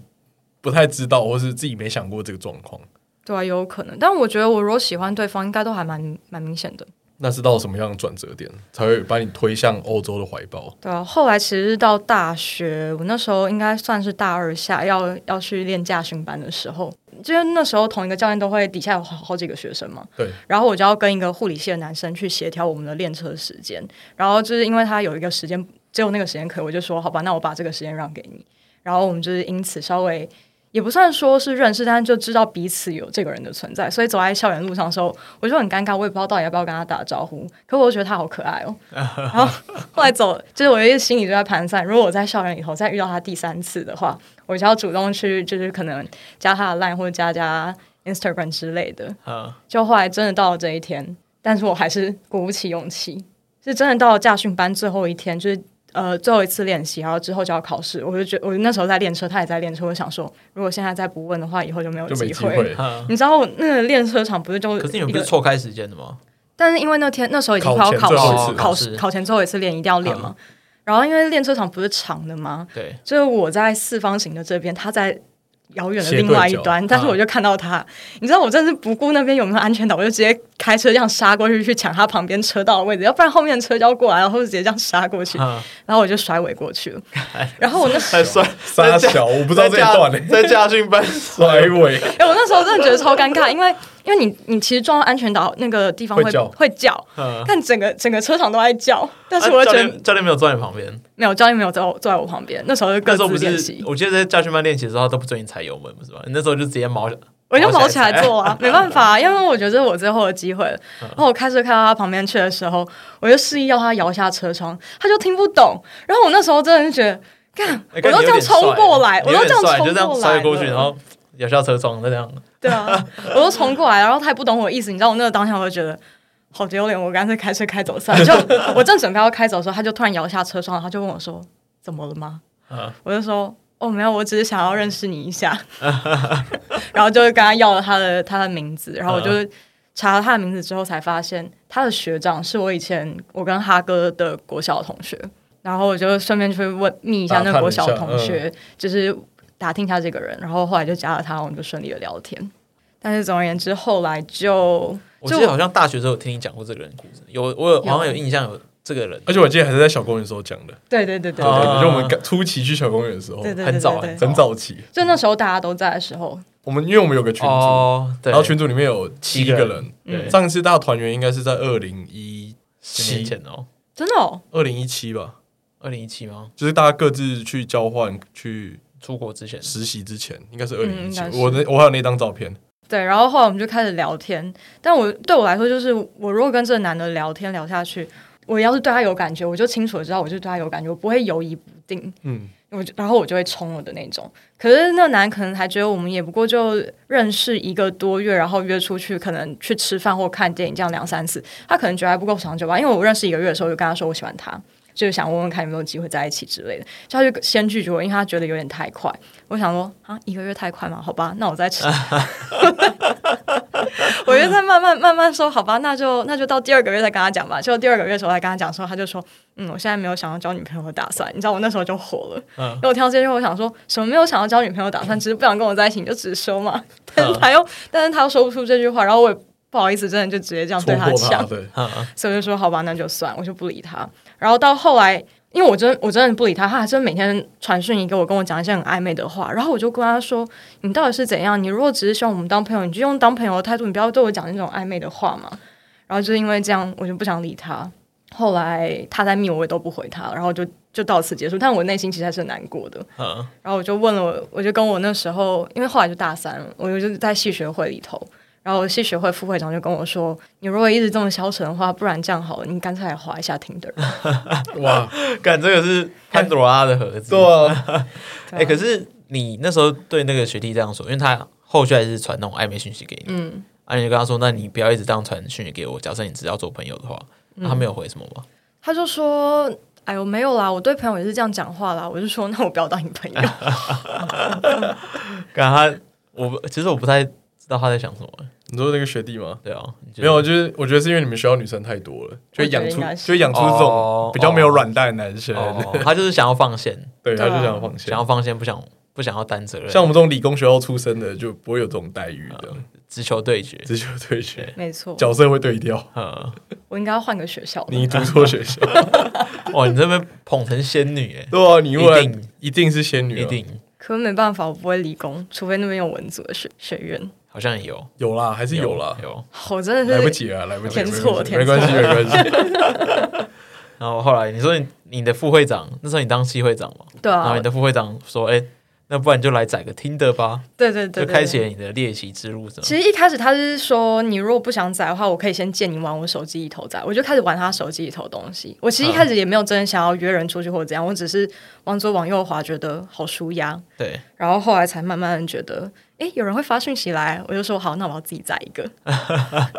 [SPEAKER 5] 不太知道，或是自己没想过这个状况，
[SPEAKER 4] 对啊，也有可能。但我觉得我如果喜欢对方，应该都还蛮蛮明显的。
[SPEAKER 5] 那是到什么样的转折点才会把你推向欧洲的怀抱？
[SPEAKER 4] 对啊，后来其实是到大学，我那时候应该算是大二下要要去练驾训班的时候，就是那时候同一个教练都会底下有好好几个学生嘛，
[SPEAKER 5] 对，
[SPEAKER 4] 然后我就要跟一个护理系的男生去协调我们的练车时间，然后就是因为他有一个时间只有那个时间可以，我就说好吧，那我把这个时间让给你，然后我们就是因此稍微。也不算说是认识，但是就知道彼此有这个人的存在，所以走在校园路上的时候，我就很尴尬，我也不知道到底要不要跟他打招呼。可我就觉得他好可爱哦，然后后来走，就是我一直心里就在盘算，如果我在校园里头再遇到他第三次的话，我就要主动去，就是可能加他的 Line 或者加加 Instagram 之类的。
[SPEAKER 3] 嗯，
[SPEAKER 4] 就后来真的到了这一天，但是我还是鼓不起勇气，是真的到了驾训班最后一天，就是呃最后一次练习，然后之后就要考试，我就觉我那时候在练车，他也在练车，我想说，如果现在再不问的话，以后就没有
[SPEAKER 5] 就没
[SPEAKER 4] 机
[SPEAKER 5] 机会。
[SPEAKER 3] 嗯
[SPEAKER 4] 你知道我那个练车场不是就
[SPEAKER 3] 可是你们
[SPEAKER 4] 一
[SPEAKER 3] 不
[SPEAKER 4] 个
[SPEAKER 3] 是错开时间的吗？
[SPEAKER 4] 但是因为那天那时候已经快要
[SPEAKER 5] 考前最后一次
[SPEAKER 4] 考
[SPEAKER 5] 嗯
[SPEAKER 4] 考
[SPEAKER 3] 考试
[SPEAKER 4] 考前最后一次练，一定要练嘛。然后因为练车场不是长的吗？
[SPEAKER 3] 对，
[SPEAKER 4] 就是我在四方形的这边，他在遥远的另外一端，
[SPEAKER 3] 嗯
[SPEAKER 4] 但是我就看到他，你知道我真的是不顾那边有没有安全岛，我就直接开车这样杀过去，去抢他旁边车道的位置，要不然后面的车就要过来，然后就直接这样杀 过去，
[SPEAKER 3] 嗯，
[SPEAKER 4] 然后我就甩尾 过去了。然后我那时候，
[SPEAKER 3] 算
[SPEAKER 5] 傻小，我不知道这一段呢、
[SPEAKER 3] 在驾训班
[SPEAKER 5] 甩尾，
[SPEAKER 4] 哎、我那时候真的觉得超尴尬，因为因为你你其实撞到安全岛那个地方会
[SPEAKER 5] 会叫
[SPEAKER 4] 会叫，
[SPEAKER 3] 嗯，
[SPEAKER 4] 但整个整个车场都在叫，但是
[SPEAKER 3] 啊
[SPEAKER 4] 我就
[SPEAKER 3] 教
[SPEAKER 4] 觉得
[SPEAKER 3] 练教练没有坐在你旁边，
[SPEAKER 4] 没有，教练没有坐坐在我旁边，那时候就各
[SPEAKER 3] 那时
[SPEAKER 4] 自
[SPEAKER 3] 候不
[SPEAKER 4] 练
[SPEAKER 3] 是
[SPEAKER 4] 习，，
[SPEAKER 3] 我记得在驾训班练习的时候，他都不准你踩油门，不是吧？你那时候就直接毛，
[SPEAKER 4] 我就毛起
[SPEAKER 3] 踩
[SPEAKER 4] 来坐啊，没办法、因为我觉得这是我最后的机会了。然后我开车开到他旁边去的时候，我就示意要他摇下车窗，他就听不懂。然后我那时候真的是觉得，干，
[SPEAKER 3] 哎
[SPEAKER 4] 我
[SPEAKER 3] 干
[SPEAKER 4] 都这样
[SPEAKER 3] 你有点帅
[SPEAKER 4] 冲过来，
[SPEAKER 3] 你
[SPEAKER 4] 我
[SPEAKER 3] 有
[SPEAKER 4] 都
[SPEAKER 3] 点
[SPEAKER 4] 这样
[SPEAKER 3] 帅
[SPEAKER 4] 冲
[SPEAKER 3] 就这样
[SPEAKER 4] 来
[SPEAKER 3] 摔
[SPEAKER 4] 了
[SPEAKER 3] 过去，然后摇下车窗，再这样。
[SPEAKER 4] 对啊，我都冲过来，然后他也不懂我意思，你知道我那个当下我就觉得。好丢脸！我刚才开车开走散，就我正准备要开走的时候，他就突然摇下车窗，然后他就问我说：“怎么了吗？”
[SPEAKER 3] 嗯
[SPEAKER 4] 我就说：“哦，没有，我只是想要认识你一下。” 然后就跟他要了他的他的名字，然后我就查了他的名字之后，才发现他的学长是我以前我跟哈哥的国小同学，然后我就顺便去问密一下那个国小同学，就是打听一下这个人，然后后来就加了他，我们就顺利的聊天。但是总而言之，后来就
[SPEAKER 3] 我
[SPEAKER 4] 就
[SPEAKER 3] 记得好像大学时候有听你讲过这个人的故事，有我有好像有
[SPEAKER 4] 有
[SPEAKER 3] 印象有这个人，
[SPEAKER 5] 而且我记得还是在小公园的时候讲的，
[SPEAKER 4] 对对对对
[SPEAKER 3] 啊
[SPEAKER 4] 对
[SPEAKER 5] 对，就我们刚初期去小公园的时候，
[SPEAKER 4] 对对对
[SPEAKER 3] 很早
[SPEAKER 4] 对对
[SPEAKER 3] 很
[SPEAKER 5] 很早期，
[SPEAKER 4] 就那时候大家都在的时候，
[SPEAKER 5] 我们因为我们有个群组，
[SPEAKER 3] 哦，对，
[SPEAKER 5] 然后群组里面有七
[SPEAKER 3] 七个
[SPEAKER 5] 个
[SPEAKER 3] 人
[SPEAKER 5] 人，
[SPEAKER 3] 对
[SPEAKER 5] 上次大团圆应该是在二零一
[SPEAKER 3] 十年
[SPEAKER 5] 七
[SPEAKER 3] 前哦，
[SPEAKER 4] 真的哦，
[SPEAKER 5] 二零一七吧，
[SPEAKER 3] 二零一七吗？
[SPEAKER 5] 就是大家各自去交换去
[SPEAKER 3] 出国 之前，
[SPEAKER 5] 实习之前，应该是二零一七
[SPEAKER 4] 嗯应该。是
[SPEAKER 5] 我那我还有那张照片，
[SPEAKER 4] 对，然后后来我们就开始聊天，但我对我来说，就是我如果跟这个男的聊天聊下去，我要是对他有感觉，我就清楚的知道我就对他有感觉，我不会犹疑不定，
[SPEAKER 5] 嗯，
[SPEAKER 4] 我就然后我就会冲了的那种。可是那男可能还觉得我们也不过就认识一个多月，然后约出去，可能去吃饭或看电影这样两三次，他可能觉得还不够长久吧。因为我认识一个月的时候，我就跟他说我喜欢他，就是想问问看有没有机会在一起之类的。就他就先拒绝我，因为他觉得有点太快。我想说啊，一个月太快嘛，好吧，那我再吃。我就在慢慢慢慢说，好吧，那就那就到第二个月再跟他讲吧。就第二个月的时候再跟他讲的时候，他就说，嗯，我现在没有想要交女朋友的打算。你知道我那时候就火了，
[SPEAKER 3] 嗯
[SPEAKER 4] 因为我听到这些，我想说什么没有想要交女朋友的打算，只是不想跟我在一起，你就直说嘛。但是他又，但是他又说不出这句话，然后我也不好意思，真的就直接这样
[SPEAKER 5] 戳
[SPEAKER 4] 哦对他
[SPEAKER 5] 破他，
[SPEAKER 4] 讲。
[SPEAKER 5] 对，
[SPEAKER 3] 嗯嗯
[SPEAKER 4] 所以我就说好吧，那就算，我就不理他。然后到后来，因为我真我真的不理他，他还真每天传讯息给我，跟我讲一些很暧昧的话。然后我就跟他说：“你到底是怎样？你如果只是希望我们当朋友，你就用当朋友的态度，你不要对我讲那种暧昧的话嘛。”然后就是因为这样，我就不想理他。后来他在密我，我也都不回他，然后就就到此结束。但我内心其实还是很难过的。
[SPEAKER 3] 嗯，
[SPEAKER 4] 然后我就问了我，我就跟我那时候，因为后来就大三了，我就在系学会里头，然后系学会副会长就跟我说，你如果一直这么消沉的话，不然这样好了，你干脆来划一 下 Tinder。啊
[SPEAKER 2] 哇，
[SPEAKER 3] 干这个是潘朵拉的盒子。
[SPEAKER 2] 啊，
[SPEAKER 3] 哎、可是你那时候对那个学弟这样说，因为他后续还是传那种暧昧讯息给你，
[SPEAKER 4] 嗯，
[SPEAKER 3] 啊，你就跟他说，那你不要一直这样传讯息给我。假设你只要做朋友的话，那他没有回什么 吗？
[SPEAKER 4] 他就说，哎，我没有啦，我对朋友也是这样讲话啦，我就说，那我不要当你
[SPEAKER 3] 哎
[SPEAKER 4] 朋友。
[SPEAKER 3] 感、他，我不其实我不太知道他在想什么。
[SPEAKER 5] 你说那个学弟 吗？
[SPEAKER 3] 对啊，你觉
[SPEAKER 5] 没
[SPEAKER 3] 得
[SPEAKER 5] 有，就是我觉得是因为你们学校女生太多了，就会养
[SPEAKER 4] 我觉
[SPEAKER 5] 出
[SPEAKER 4] 得应该是
[SPEAKER 5] 就会养出这种
[SPEAKER 3] 哦
[SPEAKER 5] 比较没有软蛋的男生，
[SPEAKER 3] 哦， 他就是想要放 线，
[SPEAKER 5] 对，他
[SPEAKER 4] 对啊
[SPEAKER 5] 就想放
[SPEAKER 3] 想
[SPEAKER 5] 线
[SPEAKER 3] 要。放线，不想不想要担责任，
[SPEAKER 5] 像我们这种理工学校出身的，就不会有这种待遇的，
[SPEAKER 3] 直球对决。
[SPEAKER 5] 直球啊对决，
[SPEAKER 4] 没错，
[SPEAKER 5] 角色会对调。
[SPEAKER 3] 嗯，
[SPEAKER 4] 我应该要换个学校了。
[SPEAKER 5] 你读错学 校，
[SPEAKER 3] 哇，你这边捧成仙女哎、
[SPEAKER 5] 对啊，你未
[SPEAKER 3] 一
[SPEAKER 5] 来
[SPEAKER 3] 定
[SPEAKER 5] 一定是仙女啊，
[SPEAKER 3] 一定
[SPEAKER 4] 可没办法，我不会理工，除非那边有文组的学学院。
[SPEAKER 3] 好像有
[SPEAKER 5] 有啦，还是有啦，
[SPEAKER 3] 有。
[SPEAKER 4] 我真的
[SPEAKER 5] 来不
[SPEAKER 4] 是
[SPEAKER 5] 及了，来不及了，
[SPEAKER 4] 填错
[SPEAKER 5] 没关系，没关系，没关系。
[SPEAKER 3] 然后后来你说你你的副会长那时候你当系会长嘛，
[SPEAKER 4] 对
[SPEAKER 3] 然后
[SPEAKER 4] 啊
[SPEAKER 3] 你，的副会长说，哎、那不然就来载个听的吧，
[SPEAKER 4] 对对对，
[SPEAKER 3] 就
[SPEAKER 4] 对
[SPEAKER 3] 开启了你的猎奇之路，是吗？
[SPEAKER 4] 其实一开始他是说，你如果不想载的话，我可以先借你玩我手机里头载。我就开始玩他手机里头东西。我其实一开始也没有真的想要约人出去或者怎样，我只是往左往右滑，觉得好舒压。
[SPEAKER 3] 对，
[SPEAKER 4] 然后后来才慢慢的觉得，诶，有人会发讯息来，我就说好，那我要自己载一个。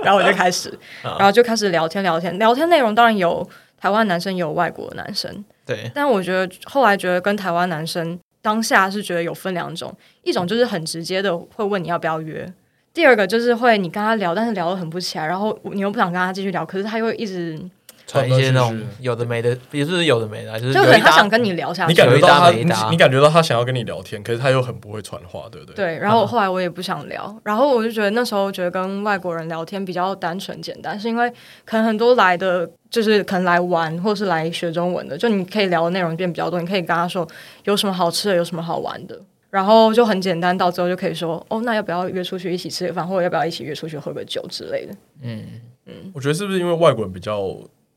[SPEAKER 4] 然后我就开始，然后就开始聊天聊天，聊天内容当然有台湾男生，也有外国男生。
[SPEAKER 3] 对，
[SPEAKER 4] 但我觉得后来觉得跟台湾男生当下是觉得有分两种，一种就是很直接的会问你要不要约，第二个就是会你跟他聊，但是聊得很不起来，然后你又不想跟他继续聊，可是他又一直
[SPEAKER 3] 传一些那种
[SPEAKER 5] 断断续
[SPEAKER 3] 有的没的，也不是有的没的啊，就是
[SPEAKER 4] 就
[SPEAKER 3] 有
[SPEAKER 4] 可能
[SPEAKER 3] 一
[SPEAKER 4] 他想
[SPEAKER 3] 搭
[SPEAKER 4] 跟你聊下
[SPEAKER 5] 你
[SPEAKER 4] 去。
[SPEAKER 5] 感觉到他，
[SPEAKER 3] 有一搭没一搭
[SPEAKER 5] 你你感觉到他想要跟你聊天，可是他又很不会传话，对不对？
[SPEAKER 4] 对，然后后来我也不想聊，然后我就觉得那时候觉得跟外国人聊天比较单纯简单，是因为可能很多来的就是可能来玩或是来学中文的，就你可以聊的内容变比较多，你可以跟他说有什么好吃的，有什么好玩的，然后就很简单，到最后就可以说哦，那要不要约出去一起吃个饭，或者要不要一起约出去喝个酒之类的。
[SPEAKER 3] 嗯，
[SPEAKER 5] 我觉得是不是因为外国人比较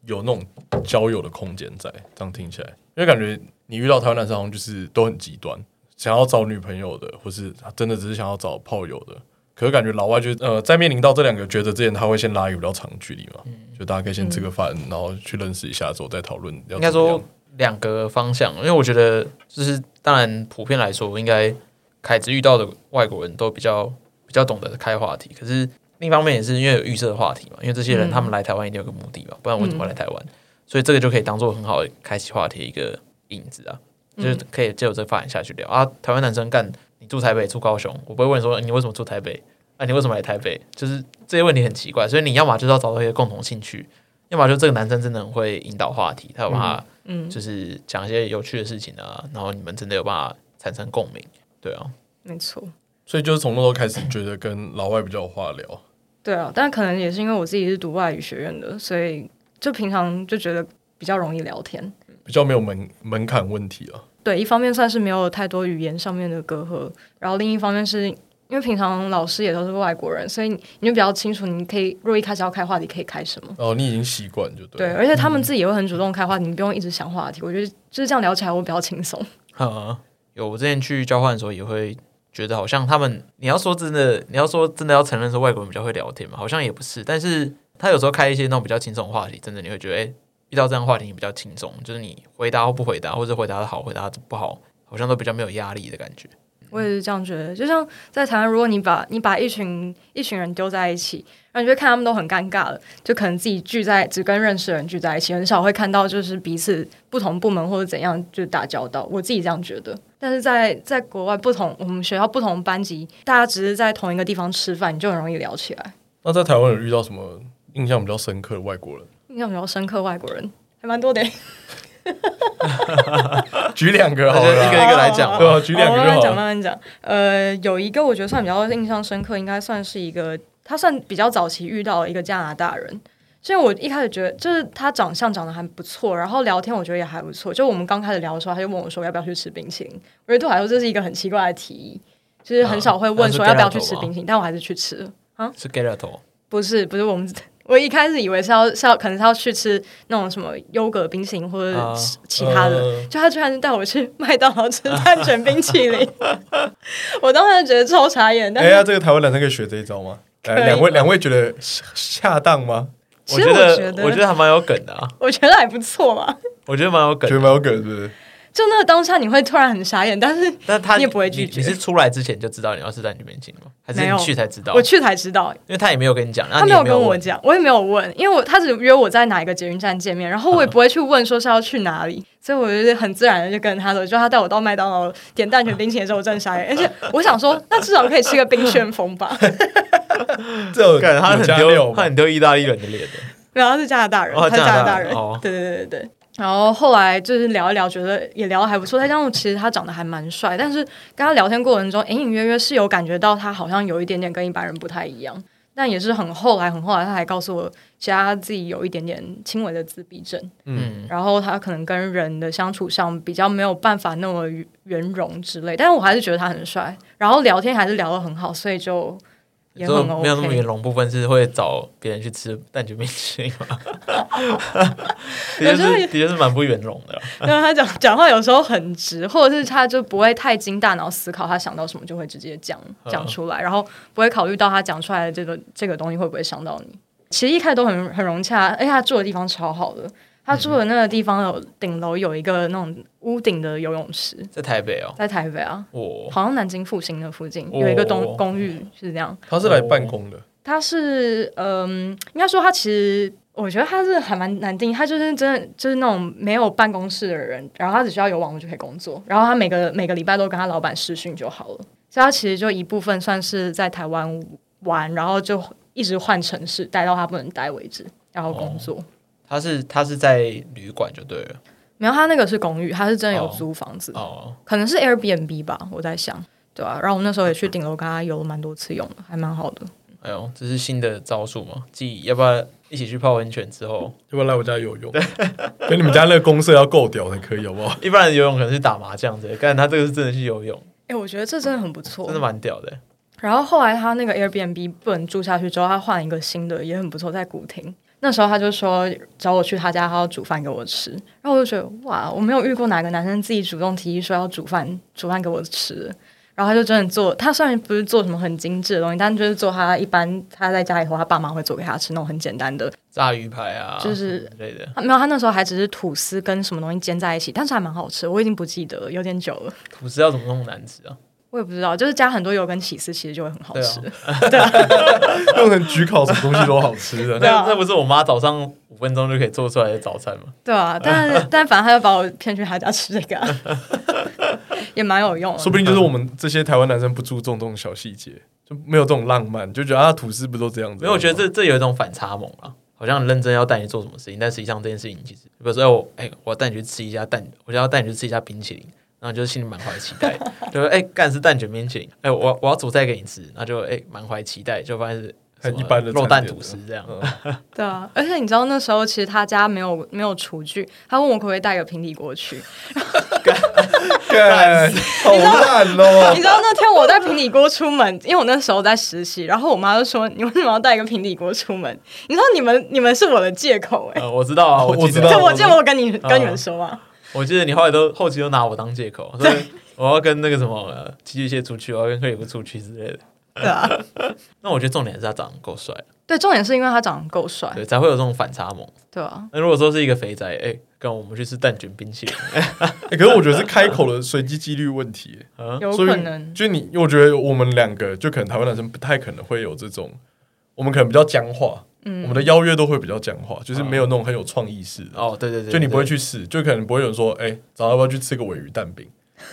[SPEAKER 5] 有那种交友的空间在？这样听起来，因为感觉你遇到台湾男生好像就是都很极端，想要找女朋友的，或是他真的只是想要找炮友的。可是感觉老外就是呃，在面临到这两个抉择之前，他会先拉一个比较长距离嘛，
[SPEAKER 3] 嗯
[SPEAKER 5] 就大家可以先吃个饭，然后去认识一下之后再讨论要怎
[SPEAKER 3] 应
[SPEAKER 5] 么样。
[SPEAKER 3] 该说两个方向，因为我觉得就是当然普遍来说，应该凯子遇到的外国人都比较比较懂得开话题，可是另一方面也是因为有预设的话题嘛，因为这些人
[SPEAKER 4] 嗯
[SPEAKER 3] 他们来台湾一定有个目的吧，不然为什么会来台湾？所以这个就可以当做很好的开启话题的一个引子啊，就是可以借由这个发展下去聊啊。台湾男生干，你住台北，住高雄，我不会问说你为什么住台北，啊，你为什么来台北？就是这些问题很奇怪，所以你要么就是要找到一个共同兴趣，要么就这个男生真的很会引导话题，他有办法，
[SPEAKER 4] 嗯
[SPEAKER 3] 就是讲一些有趣的事情啊，然后你们真的有办法产生共鸣，对啊，
[SPEAKER 4] 没错，
[SPEAKER 5] 所以就是从那时候开始觉得跟老外比较有话聊。
[SPEAKER 4] 对啊，但可能也是因为我自己是读外语学院的，所以就平常就觉得比较容易聊天。
[SPEAKER 5] 比较没有门门槛问题啊。
[SPEAKER 4] 对，一方面算是没有太多语言上面的隔阂，然后另一方面是因为平常老师也都是外国人，所以你你就比较清楚，你可以如果一开始要开话题，可以开什么。
[SPEAKER 5] 哦，你已经习惯就对
[SPEAKER 4] 对，
[SPEAKER 5] 了。
[SPEAKER 4] 而且他们自己也会很主动开话题，你不用一直想话题。我觉得就是这样聊起来，我比较轻松。
[SPEAKER 3] 呃，有我之前去交换的时候也会觉得好像他们，你要说真的，你要说真的要承认说外国人比较会聊天嘛，好像也不是，但是他有时候开一些那种比较轻松的话题，真的你会觉得，哎、遇到这样的话题你比较轻松，就是你回答或不回答，或者回答的好，回答得不好，好像都比较没有压力的感觉。
[SPEAKER 4] 我也是这样觉得。就像在台湾，如果你把你把一群一群人丢在一起，然后你就会看他们都很尴尬了，就可能自己聚在只跟认识的人聚在一起，很少会看到就是彼此不同部门或者怎样就打交道。我自己这样觉得。但是在在国外，不同我们学校不同班级，大家只是在同一个地方吃饭，你就很容易聊起来。
[SPEAKER 5] 那在台湾有遇到什么印象比较深刻的外国人？
[SPEAKER 4] 印象比较深刻，外国人还蛮多的。
[SPEAKER 5] 举两个好
[SPEAKER 3] 那就一个
[SPEAKER 5] 了
[SPEAKER 3] 一
[SPEAKER 5] 啦，
[SPEAKER 3] 个来讲
[SPEAKER 5] 对
[SPEAKER 3] 吧。
[SPEAKER 5] 啊，举两
[SPEAKER 4] 好
[SPEAKER 5] 个
[SPEAKER 4] 慢慢
[SPEAKER 5] 就
[SPEAKER 4] 讲，
[SPEAKER 5] 好。
[SPEAKER 4] 慢慢讲。呃，有一个我觉得算比较印象深刻，应该算是一个，他算比较早期遇到的一个加拿大人。所以我一开始觉得，就是他长相长得还不错，然后聊天我觉得也还不错。就我们刚开始聊的时候，他就问我说要不要去吃冰淇淋。我觉得对我来说这是一个很奇怪的提议，就是很少会
[SPEAKER 5] 啊
[SPEAKER 4] 问说要不要去吃冰淇淋，但我还是去吃 了。
[SPEAKER 3] 是 Gelato，
[SPEAKER 4] 不是，不是我们。我一开始以为是要是要，可能是要去吃那种什么优格冰淇淋或者
[SPEAKER 3] 啊呃
[SPEAKER 4] 其其他的，
[SPEAKER 5] 嗯
[SPEAKER 4] 就他居然带我去麦当劳吃蛋卷冰淇淋， 我当时觉得超傻眼。但
[SPEAKER 5] 哎
[SPEAKER 4] 是、
[SPEAKER 5] 呀，这个台湾男生可以学这一招吗？
[SPEAKER 4] 可
[SPEAKER 5] 来，
[SPEAKER 4] 以
[SPEAKER 5] 两位两位觉得恰恰当吗？
[SPEAKER 4] 其实
[SPEAKER 3] 觉
[SPEAKER 4] 我
[SPEAKER 3] 得
[SPEAKER 4] 觉得
[SPEAKER 3] 我觉得还蛮有梗的啊，
[SPEAKER 4] 我觉得还不错嘛。
[SPEAKER 3] 我觉得蛮有梗
[SPEAKER 5] 觉得
[SPEAKER 3] 的。啊
[SPEAKER 5] 蛮有梗，是不是？
[SPEAKER 4] 就那个当下，你会突然很傻眼，但是
[SPEAKER 3] 但他
[SPEAKER 4] 你也不会拒绝
[SPEAKER 3] 你是出来之前就知道你要吃蛋卷冰淇淋吗？还是
[SPEAKER 4] 没有
[SPEAKER 3] 你去才知道？
[SPEAKER 4] 我去才知道，
[SPEAKER 3] 因为他也没有跟你讲，然
[SPEAKER 4] 他
[SPEAKER 3] 后你
[SPEAKER 4] 没
[SPEAKER 3] 也
[SPEAKER 4] 有跟我
[SPEAKER 3] 问
[SPEAKER 4] 讲，我也没有问，因为我他只约我在哪一个捷运站见面，然后
[SPEAKER 3] 嗯
[SPEAKER 4] 我也不会去问说是要去哪里，所以我就是很自然的就跟着他走，就他带我到麦当劳点蛋卷冰淇淋的时候，我真的傻眼，而且我想说，那至少可以吃个冰旋风吧，
[SPEAKER 5] 这有
[SPEAKER 3] 干他
[SPEAKER 5] 有
[SPEAKER 3] 很
[SPEAKER 5] 加
[SPEAKER 3] 丢，
[SPEAKER 5] 料
[SPEAKER 3] 他
[SPEAKER 5] 吗
[SPEAKER 3] 很丢意大利人的脸的。
[SPEAKER 4] 然后他是加拿大人，
[SPEAKER 3] 哦
[SPEAKER 4] 他是加拿大
[SPEAKER 3] 加拿大
[SPEAKER 4] 人，
[SPEAKER 3] 人哦
[SPEAKER 4] 对对对对对。然后后来就是聊一聊，觉得也聊得还不错。再加上其实他长得还蛮帅，但是跟他聊天过程中，隐隐约约是有感觉到他好像有一点点跟一般人不太一样。但也是很后来，很后来，他还告诉我，其实他自己有一点点轻微的自闭症。
[SPEAKER 3] 嗯，
[SPEAKER 4] 然后他可能跟人的相处上比较没有办法那么圆融之类，但是我还是觉得他很帅，然后聊天还是聊得很好，所以就也很
[SPEAKER 3] 就
[SPEAKER 4] OK。
[SPEAKER 3] 没有那么圆融部分是会找别人去吃蛋卷冰淇 淋吗？的确
[SPEAKER 4] 有时候
[SPEAKER 3] 是，
[SPEAKER 4] 也
[SPEAKER 3] 的确是蛮不圆融的啦。
[SPEAKER 4] 对他讲讲话有时候很直，或者是他就不会太经大脑思考，他想到什么就会直接讲讲出来，然后不会考虑到他讲出来的这个这个东西会不会伤到你。其实一开始都很很融洽，而且他住的地方超好的，他住的那个地方有顶楼有一个那种屋顶的游泳池，
[SPEAKER 3] 在台北哦，
[SPEAKER 4] 在台北啊，
[SPEAKER 3] 我
[SPEAKER 4] 好像南京复兴的附近
[SPEAKER 3] 哦
[SPEAKER 4] 有一个东公寓是这样。
[SPEAKER 5] 他是来办公的，
[SPEAKER 4] 他是嗯，应该说他其实我觉得他是还蛮难定义，他就是真的就是那种没有办公室的人，然后他只需要有网络就可以工作，然后他每个每个礼拜都跟他老板视讯就好了。所以他其实就一部分算是在台湾玩，然后就一直换城市，待到他不能待为止，然后工
[SPEAKER 3] 哦
[SPEAKER 4] 作。
[SPEAKER 3] 他是他是在旅馆就对了
[SPEAKER 4] 没有，他那个是公寓，他是真的有
[SPEAKER 3] 哦
[SPEAKER 4] 租房子
[SPEAKER 3] 哦，
[SPEAKER 4] 可能是 Airbnb 吧，我在想，对啊。然后我那时候也去顶楼跟他游了蛮多次泳的，还蛮好的。
[SPEAKER 3] 哎呦，这是新的招数嘛？即要不要一起去泡温泉之后，
[SPEAKER 5] 要不要来我家游泳？跟你们家那个公社要够屌才可以，好 不好？
[SPEAKER 3] 一般人游泳可能是打麻将之类，但他这个是真的去游泳，
[SPEAKER 4] 哎、我觉得这真的很不错，
[SPEAKER 3] 真的蛮屌的。
[SPEAKER 4] 然后后来他那个 Airbnb 不能住下去之后，他换一个新的，也很不错，在古亭。那时候他就说找我去他家，他要煮饭给我吃。然后我就觉得哇，我没有遇过哪个男生自己主动提议说要煮饭，煮饭给我吃。然后他就真的做，他虽然不是做什么很精致的东西，但就是做他一般他在家里头，他爸妈会做给他吃那种很简单的。
[SPEAKER 3] 炸鱼排啊，
[SPEAKER 4] 就是
[SPEAKER 3] 之类的，
[SPEAKER 4] 他没有，他那时候还只是吐司跟什么东西煎在一起，但是还蛮好吃。我已经不记得了，有点久了，
[SPEAKER 3] 吐司要怎么那么难吃啊？
[SPEAKER 4] 我也不知道，就是加很多油跟起司，其实就会很好
[SPEAKER 3] 对啊
[SPEAKER 4] 吃。
[SPEAKER 5] 弄成焗烤，什么东西都好吃的。
[SPEAKER 4] 对啊
[SPEAKER 3] 那那不是我妈早上五分钟就可以做出来的早餐吗？
[SPEAKER 4] 对啊，但但反正他就把我骗去他家吃这个、啊，也蛮有用的。
[SPEAKER 5] 说不定就是我们这些台湾男生不注重这种小细节，就没有这种浪漫，就觉得啊，吐司不都这样子？
[SPEAKER 3] 没有，我觉得这这有一种反差萌啊，好像很认真要带你做什么事情，但实际上这件事情其实，比如说哎我哎，我要带你去吃一下蛋，我就要带你去吃一下冰淇淋，然后你就是心里满怀期 待，就是哎干是蛋卷冰淇淋，哎我我要煮菜给你吃，那就哎满怀期待，就发现是
[SPEAKER 5] 很
[SPEAKER 3] 什么
[SPEAKER 5] 一般的
[SPEAKER 3] 肉
[SPEAKER 5] 餐
[SPEAKER 3] 蛋
[SPEAKER 5] 点嗯
[SPEAKER 3] 吐司这样，
[SPEAKER 4] 对啊，而且你知道那时候其实他家没有没有厨具，他问我可不可以带个平底锅去。
[SPEAKER 5] 干 好烂
[SPEAKER 4] 你
[SPEAKER 5] 哦！
[SPEAKER 4] 知道那天我带平底锅出门，因为我那时候在实习，然后我妈就说：“你为什么要带一个平底锅出门？”你知道你们你们是我的借 口哎、
[SPEAKER 3] 呃 我知道啊，
[SPEAKER 5] 我
[SPEAKER 3] 记
[SPEAKER 5] 知
[SPEAKER 3] 得
[SPEAKER 5] 道
[SPEAKER 4] 这
[SPEAKER 5] 我
[SPEAKER 4] 我记得我跟你
[SPEAKER 3] 啊
[SPEAKER 4] 跟你们说嘛，
[SPEAKER 3] 我记得你后来都后期都拿我当借口，所以我要跟那个什么呃寄居蟹出去，我要跟克里夫出去之类的。
[SPEAKER 4] 对啊，
[SPEAKER 3] 那我觉得重点还是他长得够帅，
[SPEAKER 4] 对，重点是因为他长得够帅，
[SPEAKER 3] 对，才会有这种反差萌。
[SPEAKER 4] 对啊，
[SPEAKER 3] 那如果说是一个肥宅，哎、跟我们去吃蛋卷冰淇淋，
[SPEAKER 5] 欸可是我觉得是开口的随机几率问题欸，
[SPEAKER 4] 有
[SPEAKER 5] 所
[SPEAKER 4] 可
[SPEAKER 5] 以
[SPEAKER 4] 能，
[SPEAKER 5] 就你，我觉得我们两个就可能台湾男生不太可能会有这种，我们可能比较僵化，
[SPEAKER 4] 嗯
[SPEAKER 5] 我们的邀约都会比较僵化，就是没有那种很有创意式的，
[SPEAKER 3] 哦，啊对对对，
[SPEAKER 5] 就你不会去试，就可能不会有人说，哎，早上要不要去吃个尾鱼蛋饼？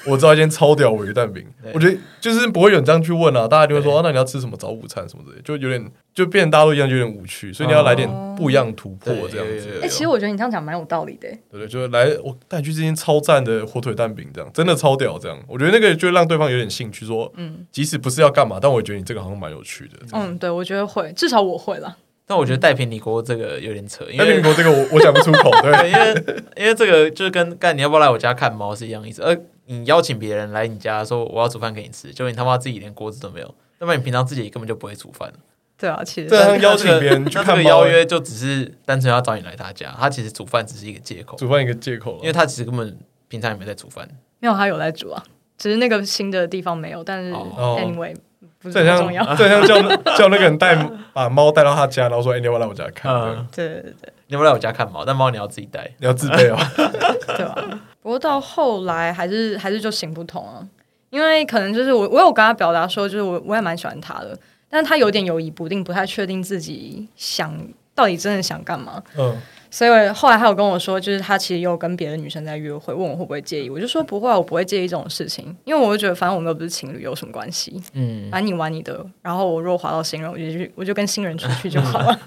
[SPEAKER 5] 我知道一间超屌尾鱼蛋饼
[SPEAKER 3] 对，
[SPEAKER 5] 我觉得就是不会有人这样去问啊，大家就会说，
[SPEAKER 3] 对
[SPEAKER 5] 啊，那你要吃什么早午餐什么之类的，就有点就变成大家都一样，有点无趣，所以你要来点不一样突破
[SPEAKER 3] 哦对
[SPEAKER 5] 这样
[SPEAKER 3] 有有
[SPEAKER 5] 子
[SPEAKER 3] 有。
[SPEAKER 4] 哎、其实我觉得你这样讲蛮有道理的，哎
[SPEAKER 5] 对对，就是来我带你去这间超赞的火腿蛋饼，这样真的超屌，这样我觉得那个就让对方有点兴趣，说，嗯，即使不是要干嘛，但我觉得你这个好像蛮有趣的。
[SPEAKER 4] 嗯，对，我觉得会，至少我会了，
[SPEAKER 3] 但我觉得带平底锅这个有点扯，因
[SPEAKER 5] 那
[SPEAKER 3] 为
[SPEAKER 5] 民国这个我我讲不出口，对，
[SPEAKER 3] 对，因为因为这个就是跟干你要不要来我家看猫是一样意思。呃，你邀请别人来你家说我要煮饭给你吃，结果你他妈自己连锅子都没有，那么你平常自己根本就不会煮饭。
[SPEAKER 4] 对啊，其实
[SPEAKER 5] 对啊
[SPEAKER 3] 那这个
[SPEAKER 5] 邀请别人去
[SPEAKER 3] 那
[SPEAKER 5] 看
[SPEAKER 3] 这
[SPEAKER 5] 猫
[SPEAKER 3] 个
[SPEAKER 5] 欸
[SPEAKER 3] 邀约就只是单纯要找你来他家，他其实煮饭只是一个借口，
[SPEAKER 5] 煮饭一个借口
[SPEAKER 3] 因为
[SPEAKER 5] 了。
[SPEAKER 3] 他其实根本平常也没在煮饭。
[SPEAKER 4] 没有他有在煮啊，只是那个新的地方没有，但是
[SPEAKER 3] 哦
[SPEAKER 4] anyway 不是
[SPEAKER 5] 这
[SPEAKER 4] 很
[SPEAKER 5] 很
[SPEAKER 4] 重要，
[SPEAKER 5] 像，这很像叫那叫那个人带把猫带到他家，然后说：“哎、你要不要来我家看？”
[SPEAKER 3] 嗯
[SPEAKER 5] 这样
[SPEAKER 4] 对对对对。
[SPEAKER 3] 你要不要来我家看猫？但猫你要自己带。
[SPEAKER 5] 你要自备哦。
[SPEAKER 4] 对吧？不过到后来还是还是就行不通啊，因为可能就是我我有跟他表达说，就是我我也蛮喜欢他的，但是他有点犹疑不定，不太确定自己想到底真的想干嘛，
[SPEAKER 5] 嗯，
[SPEAKER 4] 所以后来他有跟我说，就是他其实有跟别的女生在约会，问我会不会介意，我就说不会啊，我不会介意这种事情，因为我就觉得反正我们又不是情侣，有什么关系？
[SPEAKER 3] 嗯，
[SPEAKER 4] 反正你玩你的，然后我若滑到新人，我就去，我就跟新人出去就好了。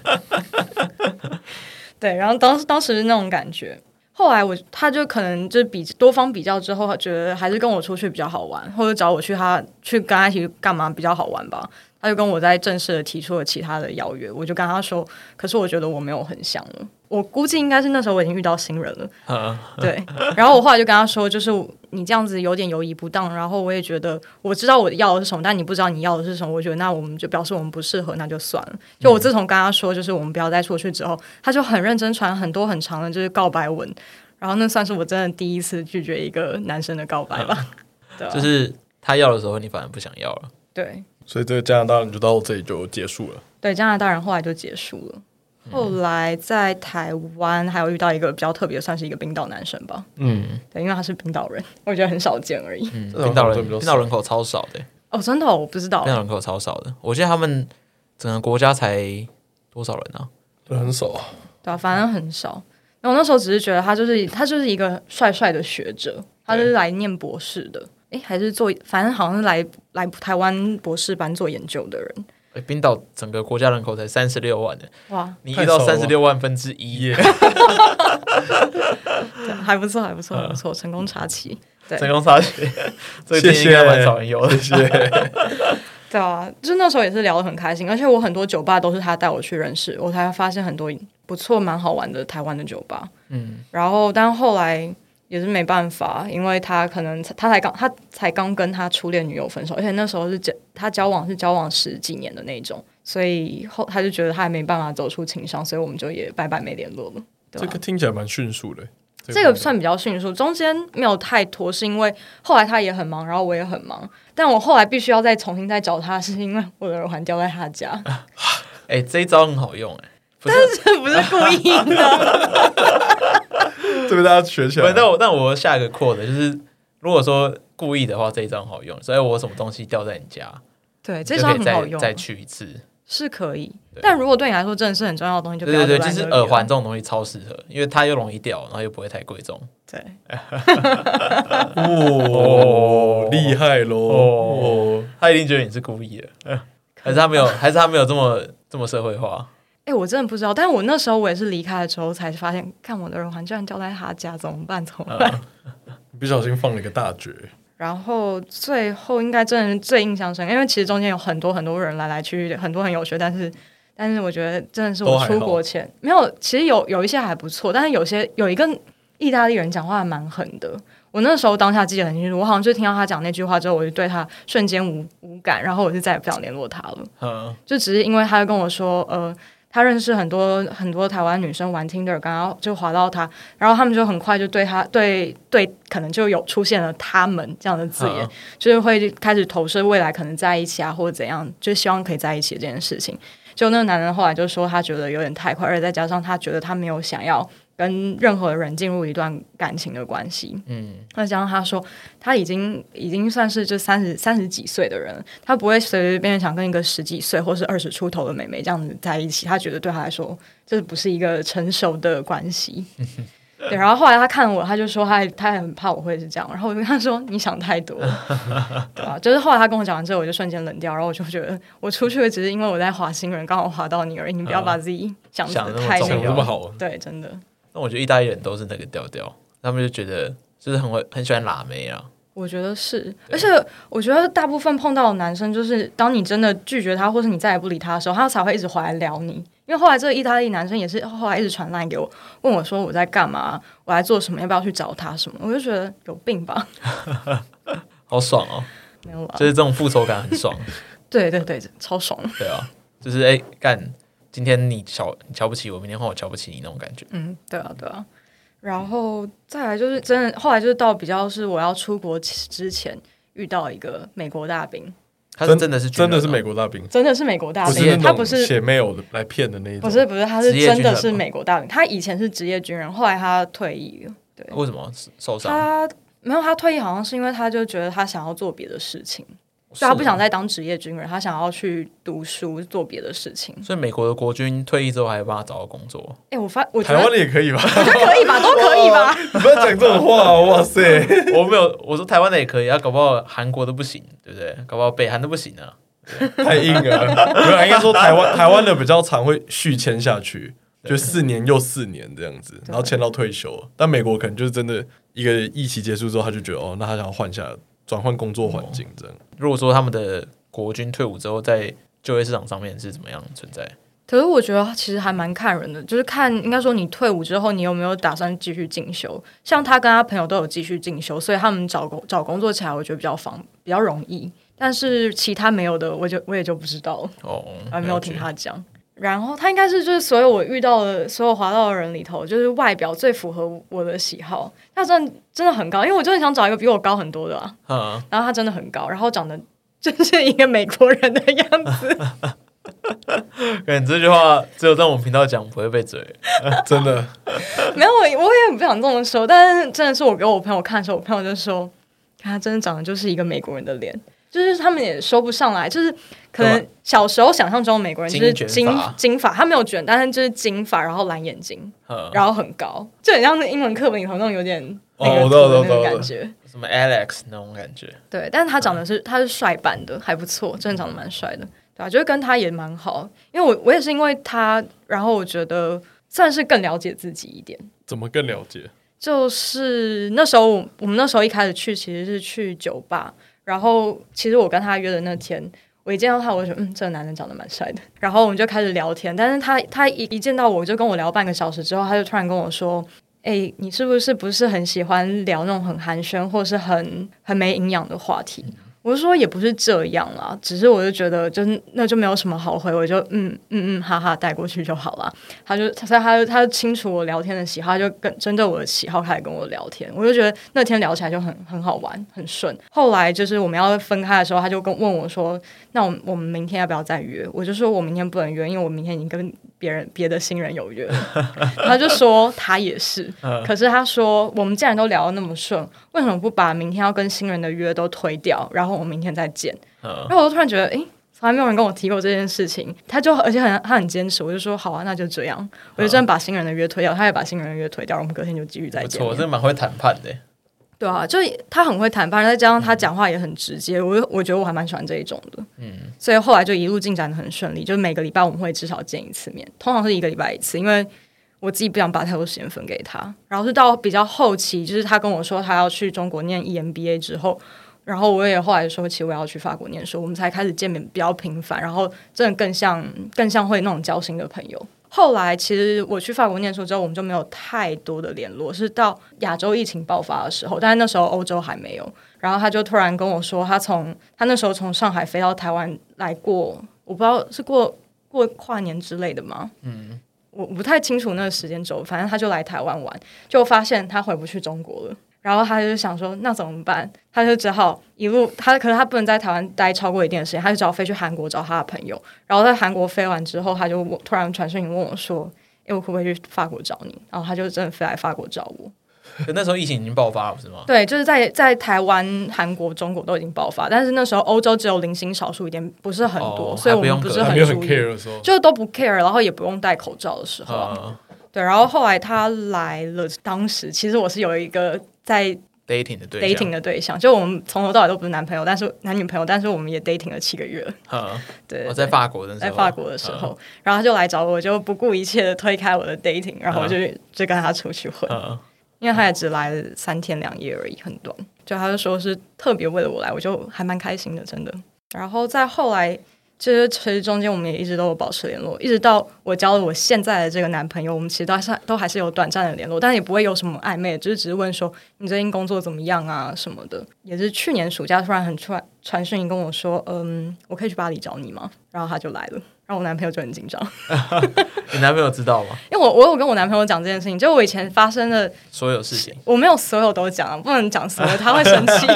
[SPEAKER 4] 对，然后当时当时是那种感觉。后来我他就可能就比多方比较之后，觉得还是跟我出去比较好玩，或者找我去他去跟他一起干嘛比较好玩吧。他就跟我在正式的提出了其他的邀约，我就跟他说，可是我觉得我没有很想了。我估计应该是那时候我已经遇到新人了，
[SPEAKER 3] 嗯
[SPEAKER 4] 对，然后我后来就跟他说，就是你这样子有点犹疑不当，然后我也觉得我知道我要的是什么，但你不知道你要的是什么，我觉得那我们就表示我们不适合，那就算了。就我
[SPEAKER 3] 嗯
[SPEAKER 4] 自从跟他说，就是我们不要再出去之后，他就很认真传很多很长的，就是告白文，然后那算是我真的第一次拒绝一个男生的告白吧， 对啊、
[SPEAKER 3] 嗯就是他要的时候你反而不想要了。
[SPEAKER 4] 对
[SPEAKER 5] 所以这个加拿大人就到这里就结束了。
[SPEAKER 4] 对，加拿大人后来就结束了。后来在台湾还有遇到一个比较特别，算是一个冰岛男生吧，
[SPEAKER 3] 嗯，
[SPEAKER 4] 对，因为他是冰岛人，我觉得很少见而已。
[SPEAKER 3] 冰岛嗯人
[SPEAKER 5] 这种好像比较少
[SPEAKER 3] 冰岛人口超少的，
[SPEAKER 4] 哦，真的哦、我不知道
[SPEAKER 3] 冰，岛人口超少的。我记得他们整个国家才多少人啊？
[SPEAKER 5] 对，很少啊。
[SPEAKER 4] 对啊，反正很少。然后我那时候只是觉得他就是他就是一个帅帅的学者，他就是来念博士的，诶，还是做反正好像是来来台湾博士班做研究的人。
[SPEAKER 3] 欸冰岛整个国家人口才三十六万呢，
[SPEAKER 4] 哇，
[SPEAKER 3] 你
[SPEAKER 5] 太
[SPEAKER 3] 遇到
[SPEAKER 5] 少了
[SPEAKER 3] 三
[SPEAKER 5] 吧
[SPEAKER 3] 十六万分之一，
[SPEAKER 4] 对还不错，还不错，还不错，成功插旗。对
[SPEAKER 3] 成功差距， 这个建
[SPEAKER 5] 谢
[SPEAKER 3] 议应
[SPEAKER 5] 谢
[SPEAKER 3] 该蛮少人有的。谢
[SPEAKER 4] 对啊，就是那时候也是聊得很开心，而且我很多酒吧都是他带我去认识，我才发现很多不错、蛮好玩的台湾的酒吧。嗯，然后但后来也是没办法，因为他可能他才刚他才刚跟他初恋女友分手，而且那时候是交他交往是交往十几年的那种，所以后他就觉得他还没办法走出情伤，所以我们就也拜拜没联络了。对啊
[SPEAKER 5] 这
[SPEAKER 4] 吧
[SPEAKER 5] 个听起来蛮迅速的。
[SPEAKER 4] 这个算比较迅速，中间没有太拖，是因为后来他也很忙，然后我也很忙，但我后来必须要再重新再找他，是因为我的耳环掉在他家，
[SPEAKER 3] 哎，这一招很好用哎，不 是，
[SPEAKER 4] 这不是故意 的。
[SPEAKER 5] 这个大家学起
[SPEAKER 3] 不
[SPEAKER 5] 来
[SPEAKER 3] 是，。但我但我下一个扩的就是，如果说故意的话，这一招很好用，所以我什么东西掉在你家，
[SPEAKER 4] 对，
[SPEAKER 3] 你
[SPEAKER 4] 这
[SPEAKER 3] 就可
[SPEAKER 4] 招
[SPEAKER 3] 以
[SPEAKER 4] 很好
[SPEAKER 3] 再
[SPEAKER 4] 用，
[SPEAKER 3] 再去一次。
[SPEAKER 4] 是可以
[SPEAKER 3] 对。
[SPEAKER 4] 但如果对你来说真的是很重要的东西，就
[SPEAKER 3] 对
[SPEAKER 4] 不要
[SPEAKER 3] 对对，
[SPEAKER 4] 留
[SPEAKER 3] 就
[SPEAKER 4] 在
[SPEAKER 3] 是
[SPEAKER 4] 那里
[SPEAKER 3] 耳环
[SPEAKER 4] 了。
[SPEAKER 3] 这种东西超适合，因为它又容易掉，然后又不会太贵重。
[SPEAKER 4] 对，
[SPEAKER 5] 哦，厉害喽！
[SPEAKER 3] 哦
[SPEAKER 5] 哦，
[SPEAKER 3] 他一定觉得你是故意的，还是他没有，还是他没有这么这么社会化？
[SPEAKER 4] 哎，我真的不知道，但是我那时候我也是离开了之后才发现，看我的耳环居然掉在他家，怎么办？怎么办？
[SPEAKER 5] 不小心放了一个大绝。
[SPEAKER 4] 然后最后应该真的是最印象深刻，因为其实中间有很多很多人来来去去，很多很有趣，但是但是我觉得真的是
[SPEAKER 5] 都
[SPEAKER 4] 我
[SPEAKER 5] 还好
[SPEAKER 4] 出国前没有，其实有有一些还不错，但是有些有一个意大利人讲话还蛮狠的。我那时候当下记得很清楚，我好像就听到他讲那句话之后，我就对他瞬间无无感，然后我就再也不想联络他了。
[SPEAKER 3] 嗯，
[SPEAKER 4] 就只是因为他就跟我说，呃，他认识很多很多台湾女生玩 Tinder，刚刚就滑到他，然后他们就很快就对他对对，可能就有出现了“他们”这样的字眼，
[SPEAKER 3] 嗯
[SPEAKER 4] 就是会开始投射未来可能在一起啊，或者怎样，就希望可以在一起这件事情。就那个男人后来就说，他觉得有点太快，而且再加上他觉得他没有想要跟任何人进入一段感情的关系，
[SPEAKER 3] 嗯，
[SPEAKER 4] 再加上他说，他已经已经算是就三十三十几岁的人了，他不会随随便便想跟一个十几岁或是二十出头的妹妹这样子在一起。他觉得对他来说，这不是一个成熟的 关系。对，然后后来他看我，他就说他他也很怕我会是这样，然后我就跟他说你想太多了， 对吧、就是后来他跟我讲完之后，我就瞬间冷掉，然后我就觉得我出去只是因为我在滑新人，刚好滑到你而已，你不要把自己想
[SPEAKER 3] 想
[SPEAKER 4] 的
[SPEAKER 3] 得那么
[SPEAKER 4] 太
[SPEAKER 3] 重
[SPEAKER 5] 啊想
[SPEAKER 4] 那
[SPEAKER 5] 得
[SPEAKER 3] 要
[SPEAKER 5] 那
[SPEAKER 4] 个
[SPEAKER 5] 么好，
[SPEAKER 4] 对，真的，
[SPEAKER 3] 那我觉得意大利人都是那个调调，他们就觉得就是很会很喜欢辣妹啊，
[SPEAKER 4] 我觉得是，而且我觉得大部分碰到的男生，就是当你真的拒绝他，或是你再也不理他的时候，他才会一直回来聊你。因为后来这个意大利男生也是后来一直传烂给我，问我说我在干嘛，我在做什么，要不要去找他什么？我就觉得有病吧，
[SPEAKER 3] 好爽哦，
[SPEAKER 4] 没有啦
[SPEAKER 3] 就，是这种复仇感很 爽，
[SPEAKER 4] 对对对，超爽。
[SPEAKER 3] 对啊，就是哎干、今天你瞧你瞧不起我，明天换我瞧不起你那种感觉，
[SPEAKER 4] 嗯，对啊，对啊。然后再来就是真的，后来就是到比较是我要出国之前遇到一个美国大兵，
[SPEAKER 3] 他是真的是哦
[SPEAKER 5] 真的是美
[SPEAKER 3] 国，
[SPEAKER 5] 国大兵，
[SPEAKER 4] 真的是美国大
[SPEAKER 5] 不
[SPEAKER 4] 兵，
[SPEAKER 5] 是
[SPEAKER 4] 他
[SPEAKER 5] 那
[SPEAKER 4] 不
[SPEAKER 5] 种
[SPEAKER 4] 是
[SPEAKER 5] 写 mail 的来骗的那一种，
[SPEAKER 4] 不是不是，他是
[SPEAKER 3] 职业
[SPEAKER 4] 真
[SPEAKER 3] 军人
[SPEAKER 4] 的是
[SPEAKER 3] 吗
[SPEAKER 4] 美国大兵，他以前是职业军人，后来他退役了。
[SPEAKER 3] 为什么受伤？
[SPEAKER 4] 他没有，他退役好像是因为他就觉得他想要做别的事情，
[SPEAKER 3] 是
[SPEAKER 4] 所以他不想
[SPEAKER 3] 哦
[SPEAKER 4] 再当职业军人，他想要去读书做别的事情。
[SPEAKER 3] 所以美国的国军退役之后还帮他找到工作，
[SPEAKER 4] 哎、我发我觉
[SPEAKER 5] 台湾
[SPEAKER 4] 得
[SPEAKER 5] 的也可以吧？
[SPEAKER 4] 我觉得可以吧，
[SPEAKER 3] 哦
[SPEAKER 4] 都可以吧。
[SPEAKER 5] 你不要讲这种话，哦哇塞！
[SPEAKER 3] 我没有，我说台湾的也可以，啊，搞不好韩国的不行，对不对？搞不好北韩的不行啊。
[SPEAKER 5] 太硬了。没有啊啦，应该说台湾台湾的比较常会续签下去，就四年又四年这样子，然后签到退休。但美国可能就是真的一个疫情结束之后，他就觉得哦，那他想要换一下转换工作环境这样。
[SPEAKER 3] 如果说他们的国军退伍之后，在就业市场上面是怎么样存在？
[SPEAKER 4] 可是我觉得其实还蛮看人的，就是看应该说你退伍之后，你有没有打算继续进修。像他跟他朋友都有继续进修，所以他们找工找工作起来，我觉得比较方比较容易。但是其他没有的，我就我也就不知道了。
[SPEAKER 3] 哦，
[SPEAKER 4] 啊还没有
[SPEAKER 3] 了解
[SPEAKER 4] 听他讲。然后他应该是就是所有我遇到的所有滑到的人里头，就是外表最符合我的喜好。他真的真的很高，因为我真的想找一个比我高很多的啊。
[SPEAKER 3] 嗯，
[SPEAKER 4] 然后他真的很高，然后长得就是一个美国人的样子。
[SPEAKER 3] 感觉这句话只有在我们频道讲不会被 嘴。
[SPEAKER 5] 真的，
[SPEAKER 4] 没有，我我也不想这么说，但是真的是我给我朋友看的时候，我朋友就说，看他真的长得就是一个美国人的脸，就是他们也说不上来，就是可
[SPEAKER 3] 干
[SPEAKER 4] 能
[SPEAKER 3] 嘛
[SPEAKER 4] 小时候想象中的美国人就是
[SPEAKER 3] 金
[SPEAKER 4] 金
[SPEAKER 3] 卷发
[SPEAKER 4] 金发，他没有卷，但是就是金发，然后蓝眼睛，
[SPEAKER 3] 嗯，
[SPEAKER 4] 然后很高，就很像是英文课本里头那种有点
[SPEAKER 5] 哦
[SPEAKER 4] 那个
[SPEAKER 5] 我知道
[SPEAKER 4] 图的
[SPEAKER 5] 我知道我知
[SPEAKER 4] 那个
[SPEAKER 5] 道
[SPEAKER 4] 感觉。
[SPEAKER 3] 什么 Alex 那种感觉，
[SPEAKER 4] 对，但是他长得是他是帅版的，还不错，真的长得蛮帅的，对啊，就是跟他也蛮好，因为我我也是因为他，然后我觉得算是更了解自己一点。
[SPEAKER 5] 怎么更了解？
[SPEAKER 4] 就是那时候我我们那时候一开始去其实是去酒吧，然后其实我跟他约的那天，我一见到他我就觉得嗯这个男人长得蛮帅的，然后我们就开始聊天，但是他他一一见到我就跟我聊半个小时之后，他就突然跟我说。哎、你是不是不是很喜欢聊那种很寒暄或是很很没营养的话题？我就说也不是这样啦，只是我就觉得就是那就没有什么好回，我就嗯嗯嗯哈哈带过去就好啦。他就所以他就他就清楚我聊天的喜好，他就跟针对我的喜好开始跟我聊天。我就觉得那天聊起来就很很好玩，很顺。后来就是我们要分开的时候，他就跟问我说：“那我们我们明天要不要再约？”我就说我明天不能约，因为我明天已经跟别人别的新人有约了。 然后他就说他也是，
[SPEAKER 3] 嗯
[SPEAKER 4] 可是他说我们既然都聊得那么顺，为什么不把明天要跟新人的约都推掉，然后我们明天再见？
[SPEAKER 3] 嗯
[SPEAKER 4] 然后我就突然觉得，诶，从来没有人跟我提过这件事情。他就而且很他很坚持，我就说好啊，那就这样。我就
[SPEAKER 3] 嗯
[SPEAKER 4] 真的把新人的约推掉，他也把新人的约推掉，我们隔天就继续再
[SPEAKER 3] 不
[SPEAKER 4] 见
[SPEAKER 3] 错，
[SPEAKER 4] 面。
[SPEAKER 3] 这蛮会谈判的。
[SPEAKER 4] 对啊，就他很会谈判，再加上他讲话也很直接，我我觉得我还蛮喜欢这一种的。嗯，所以后来就一路进展的很顺利，就是每个礼拜我们会至少见一次面，通常是一个礼拜一次，因为我自己不想把太多时间分给他。然后是到比较后期，就是他跟我说他要去中国念 E EMBA 之后。然后我也后来说，其实我要去法国念书，我们才开始见面比较频繁，然后真的更像更像会那种交心的朋友。后来其实我去法国念书之后，我们就没有太多的联络，是到亚洲疫情爆发的时候，但是那时候欧洲还没有。然后他就突然跟我说，他从他那时候从上海飞到台湾来过，我不知道是过过跨年之类的吗？嗯，我我不太清楚那个时间轴，反正他就来台湾玩，就发现他回不去中国了。然后他就想说，那怎么办？他就只好一路他，可是他不能在台湾待超过一定的时间，他就只好飞去韩国找他的朋友。然后在韩国飞完之后，他就问突然传讯问我说：“诶，我可不可以去法国找你？”然后他就真的飞来法国找我。
[SPEAKER 3] 可那时候疫情已经爆发了，不是吗？
[SPEAKER 4] 对，就是在在台湾、韩国、中国都已经爆发，但是那时候欧洲只有零星少数一点，不是很多，
[SPEAKER 3] 哦
[SPEAKER 4] 所以
[SPEAKER 3] 还
[SPEAKER 4] 我们
[SPEAKER 3] 不用
[SPEAKER 4] 不是
[SPEAKER 3] 隔
[SPEAKER 5] 还
[SPEAKER 4] 很
[SPEAKER 5] 没有很
[SPEAKER 4] 注意
[SPEAKER 5] care 的时候，
[SPEAKER 4] 就都不 care，然后也不用戴口罩的时候啊、
[SPEAKER 3] 啊
[SPEAKER 4] 对，然后后来他来了，当时其实我是有一个在
[SPEAKER 3] ，dating 的对
[SPEAKER 4] dating
[SPEAKER 3] 象，
[SPEAKER 4] 的对象，就我们从头到尾都不是男朋友，但是男女朋友，但是我们也 dating 了七个月了，
[SPEAKER 3] 嗯，
[SPEAKER 4] 对，
[SPEAKER 3] 我在法国的时
[SPEAKER 4] 在
[SPEAKER 3] 候，嗯
[SPEAKER 4] 法国的时候，然后他就来找我，就不顾一切的推开我的 dating，然后我就、就跟他出去混。
[SPEAKER 3] 嗯，
[SPEAKER 4] 因为他也只来了三天两夜而已，很短。就他就说是特别为了我来，我就还蛮开心的，真的。然后再后来，其实其实中间我们也一直都有保持联络，一直到我交了我现在的这个男朋友，我们其实都还是都还是有短暂的联络，但也不会有什么暧昧，就是只是问说你最近工作怎么样啊什么的。也是去年暑假突然很传传讯跟我说，嗯，我可以去巴黎找你吗？然后他就来了，然后我男朋友就很紧张，
[SPEAKER 3] 你男朋友知道吗？
[SPEAKER 4] 因为我我有跟我男朋友讲这件事情，就我以前发生的
[SPEAKER 3] 所有事情，
[SPEAKER 4] 我没有所有都讲啊，不能讲所有，他会生气，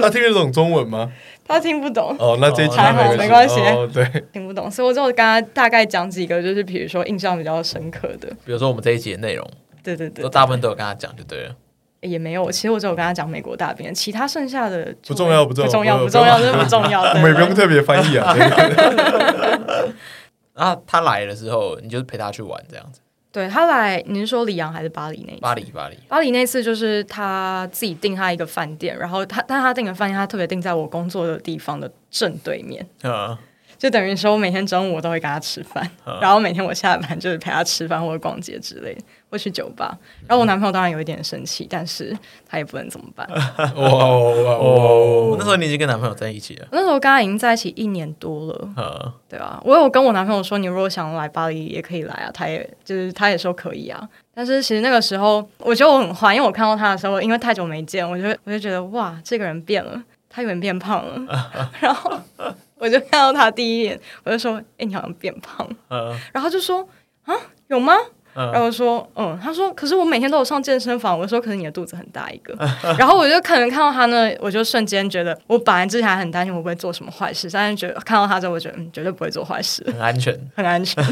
[SPEAKER 5] 他听得懂中文吗？
[SPEAKER 4] 他听不懂，
[SPEAKER 5] 哦，那这一集
[SPEAKER 4] 还好
[SPEAKER 5] 个
[SPEAKER 4] 没关系
[SPEAKER 5] 哦，对，
[SPEAKER 4] 听不懂，所以我就跟他大概讲几个，就是比如说印象比较深刻的，
[SPEAKER 3] 比如说我们这一集的内容，
[SPEAKER 4] 对对对
[SPEAKER 3] 都，大部分都有跟他讲就对了。
[SPEAKER 4] 也没有，其实我只有跟他讲美国大兵，其他剩下的就
[SPEAKER 5] 不重要
[SPEAKER 4] 不
[SPEAKER 5] 不重要
[SPEAKER 4] 重要，
[SPEAKER 5] 不
[SPEAKER 4] 不重要，
[SPEAKER 5] 不
[SPEAKER 4] 这不重要，
[SPEAKER 5] 我
[SPEAKER 4] 对
[SPEAKER 5] 们也不用特别翻译啊。这个
[SPEAKER 3] 那他来的时候，你就陪他去玩这样子，
[SPEAKER 4] 对他来，你是说里昂还是巴黎那一次
[SPEAKER 3] 巴黎巴黎，
[SPEAKER 4] 巴黎那次就是他自己订他一个饭店，然后他但他订的饭店他特别订在我工作的地方的正对面，
[SPEAKER 3] 嗯，
[SPEAKER 4] 就等于说，每天中午我都会跟他吃饭， 然后每天我下班就是陪他吃饭或者逛街之类的，或去酒吧。然后我男朋友当然有一点生气，但是他也不能怎么办。
[SPEAKER 5] 哇哇哦哇！
[SPEAKER 3] 那时候你已经跟男朋友在一起了，
[SPEAKER 4] 那时候跟他已经在一起一年多了，
[SPEAKER 3] 嗯，
[SPEAKER 4] 对吧、我有跟我男朋友说，你如果想来巴黎也可以来啊，他也就是他也说可以啊。但是其实那个时候，我觉得我很坏，因为我看到他的时候，因为太久没见，我就 我就觉得哇，这个人变了，他有点变胖了。然后我就看到他第一眼，我就说，哎、你好像变胖了。
[SPEAKER 3] 嗯
[SPEAKER 4] 然后他就说啊，有吗？
[SPEAKER 3] 嗯
[SPEAKER 4] 然后我说，嗯，他说，可是我每天都有上健身房。我说，可是你的肚子很大一个。 然后我就可能看到他呢，我就瞬间觉得，我本来之前还很担心我会不会做什么坏事，但是觉得看到他之后，我觉得嗯，绝对不会做坏事，
[SPEAKER 3] 很安全。
[SPEAKER 4] 很安全。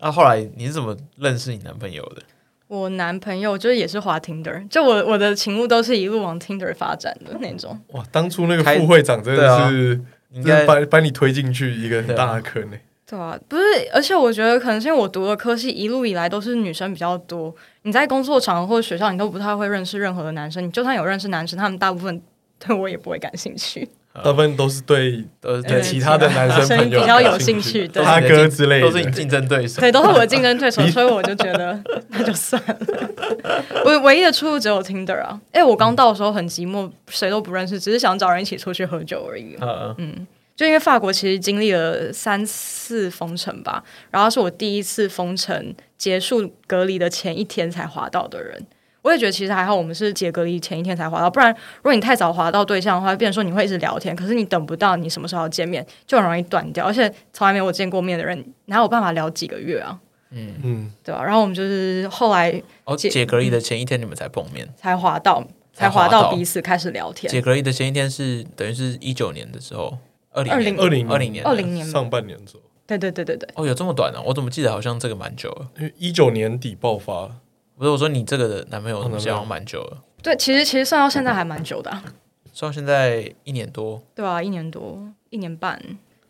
[SPEAKER 3] 那后来你是怎么认识你男朋友的？
[SPEAKER 4] 我男朋友就是也是滑 Tinder，就我我的情路都是一路往 Tinder 发展的那种。
[SPEAKER 5] 哇，当初那个副会长真的是，
[SPEAKER 3] 应
[SPEAKER 5] 真的
[SPEAKER 3] 该
[SPEAKER 5] 把把你推进去一个很大的坑欸呢。
[SPEAKER 4] 对啊，不是，而且我觉得可能是因为我读的科系一路以来都是女生比较多，你在工作场合或者学校，你都不太会认识任何的男生，你就算有认识男生，他们大部分对我也不会感兴趣，
[SPEAKER 5] 大部分都啊是对
[SPEAKER 3] 都是
[SPEAKER 4] 对
[SPEAKER 5] 对其他的男生
[SPEAKER 4] 生
[SPEAKER 5] 朋友啊
[SPEAKER 4] 比较有兴
[SPEAKER 5] 兴
[SPEAKER 4] 趣，，对。
[SPEAKER 5] 他哥之类的
[SPEAKER 3] 都是你竞争对手。
[SPEAKER 4] 对，都是我的竞争对手，所以我就觉得 那就算了。我唯一的出路只有 Tinder 啊！哎、我刚到的时候很寂寞，谁都不认识，只是想找人一起出去喝酒而已。
[SPEAKER 5] 啊
[SPEAKER 3] 嗯，嗯
[SPEAKER 4] 就因为法国其实经历了三次封城吧，然后是我第一次封城结束隔离的前一天才滑到的人。我也觉得其实还好，我们是解隔离前一天才滑到，不然如果你太早滑到对象的话，变成说你会一直聊天，可是你等不到你什么时候要见面，就很容易断掉。而且从来没有我见过面的人，哪有办法聊几个月啊？
[SPEAKER 5] 嗯，
[SPEAKER 4] 对吧、然后我们就是后来
[SPEAKER 3] 哦，解隔离的前一天你们才碰面，
[SPEAKER 4] 才滑到，才
[SPEAKER 3] 才滑
[SPEAKER 4] 滑
[SPEAKER 3] 到
[SPEAKER 4] 到彼此开始聊
[SPEAKER 3] 解
[SPEAKER 4] 天。
[SPEAKER 3] 隔离的前一天是等于是一九年的时候，二零
[SPEAKER 4] 20
[SPEAKER 3] 二
[SPEAKER 5] 20
[SPEAKER 3] 二零年
[SPEAKER 4] 二零年吧，
[SPEAKER 5] 上半年左右，
[SPEAKER 4] 对对对对对，
[SPEAKER 3] 哦，有这么短呢、我怎么记得好像这个蛮久了？
[SPEAKER 5] 因为一九年底爆发，
[SPEAKER 3] 不是我说你这个的哦男朋友怎么交往蛮久了，
[SPEAKER 4] 对，其实其实算到现在还蛮久的啊、
[SPEAKER 3] 算到现在一年多，
[SPEAKER 4] 对啊，一年多，一年半，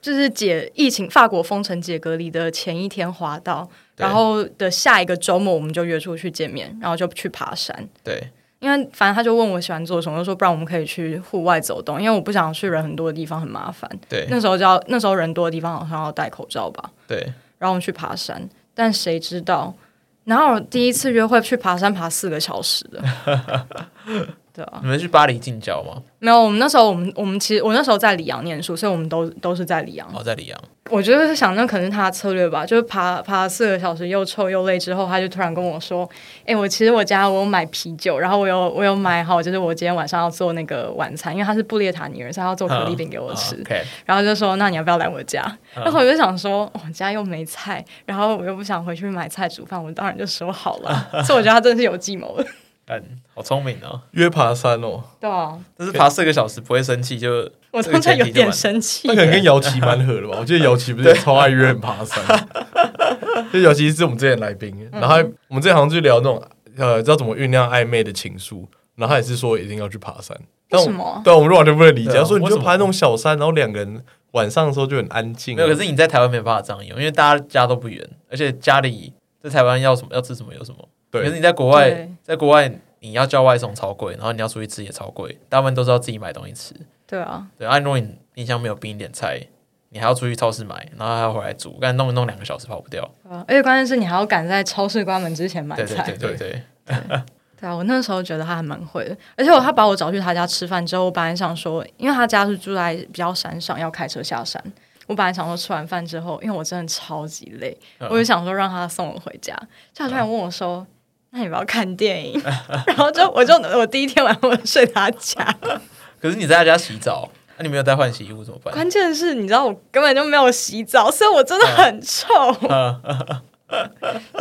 [SPEAKER 4] 就是解疫情法国封城解隔离的前一天滑到，
[SPEAKER 3] 对
[SPEAKER 4] 然后的下一个周末我们就约出去见面，然后就去爬山。
[SPEAKER 3] 对，
[SPEAKER 4] 因为反正他就问我喜欢做什么，我就说不然我们可以去户外走动，因为我不想去人很多的地方，很麻烦。
[SPEAKER 3] 对
[SPEAKER 4] 那时候就要那时候人多的地方好像要戴口罩吧，
[SPEAKER 3] 对，
[SPEAKER 4] 然后我们去爬山，但谁知道，哪有第一次约会去爬山爬四个小时的？对啊，
[SPEAKER 3] 你们去巴黎近郊吗？
[SPEAKER 4] 没有，我们那时候我们我们其实我那时候在里昂念书，所以我们都都是在里昂。
[SPEAKER 3] 哦，在里昂，
[SPEAKER 4] 我就是想，那可能是他的策略吧，就是爬爬四个小时又臭又累之后，他就突然跟我说：“哎、我其实我家我有买啤酒，然后我有我有买好，就是我今天晚上要做那个晚餐，因为他是布列塔尼人，所以他要做可丽饼给我吃。
[SPEAKER 3] 嗯 OK，
[SPEAKER 4] 然后就说：“那你要不要来我家？”然后我就想说：“我、家又没菜，然后我又不想回去买菜煮饭，我当然就说好了。” 所以我觉得他真的是有计谋的。
[SPEAKER 3] 嗯，好聪明哦！
[SPEAKER 5] 约爬山哦，
[SPEAKER 4] 对啊，
[SPEAKER 3] 但是爬四个小时不会生气，就
[SPEAKER 4] 我通常有点生气
[SPEAKER 5] 那。可能跟姚琦蛮合的吧？ 我记得姚琦不是也超爱约人爬山，就姚琦是我们之前的来宾，
[SPEAKER 3] 嗯
[SPEAKER 5] 然后他我们之前好像就聊那种呃，知道怎么酝酿暧昧的情愫，然后他也是说一定要去爬山，但我
[SPEAKER 4] 为什么
[SPEAKER 5] 对啊，我们完全不能理解，
[SPEAKER 3] 对啊
[SPEAKER 5] 他说你
[SPEAKER 3] 为
[SPEAKER 5] 就
[SPEAKER 3] 什么
[SPEAKER 5] 爬那种小山，然后两个人晚上的时候就很安静
[SPEAKER 3] 没
[SPEAKER 5] 啊，
[SPEAKER 3] 有。可是你在台湾没办法这样用，因为大家家都不远，而且家里在台湾要什么要吃什么有什么。
[SPEAKER 5] 对
[SPEAKER 3] 可是你在国外
[SPEAKER 4] 对，
[SPEAKER 3] 在国外你要叫外送超贵，然后你要出去吃也超贵，大部分都是要自己买东西吃。
[SPEAKER 4] 对啊，
[SPEAKER 3] 对，啊，如果你冰箱没有冰一点菜，你还要出去超市买，然后还要回来煮，干弄一弄两个小时跑不掉。
[SPEAKER 4] 对啊而且关键是你还要赶在超市关门之前买
[SPEAKER 3] 对
[SPEAKER 4] 菜。
[SPEAKER 3] 对对对对，
[SPEAKER 4] 对啊，我那时候觉得他还蛮会的，而且我他把我找去他家吃饭之后，我本来想说，因为他家是住在比较山上，要开车下山。我本来想说吃完饭之后，因为我真的超级累，
[SPEAKER 3] 嗯
[SPEAKER 4] 我就想说让他送我回家。就他突然问我说：“那你要不要看电影？” 然后就我就我第一天晚上我就睡他家。
[SPEAKER 3] 可是你在他家洗澡，那、你没有带换洗衣物怎么办？
[SPEAKER 4] 关键是，你知道我根本就没有洗澡，所以我真
[SPEAKER 3] 嗯
[SPEAKER 4] 的很臭。
[SPEAKER 3] 啊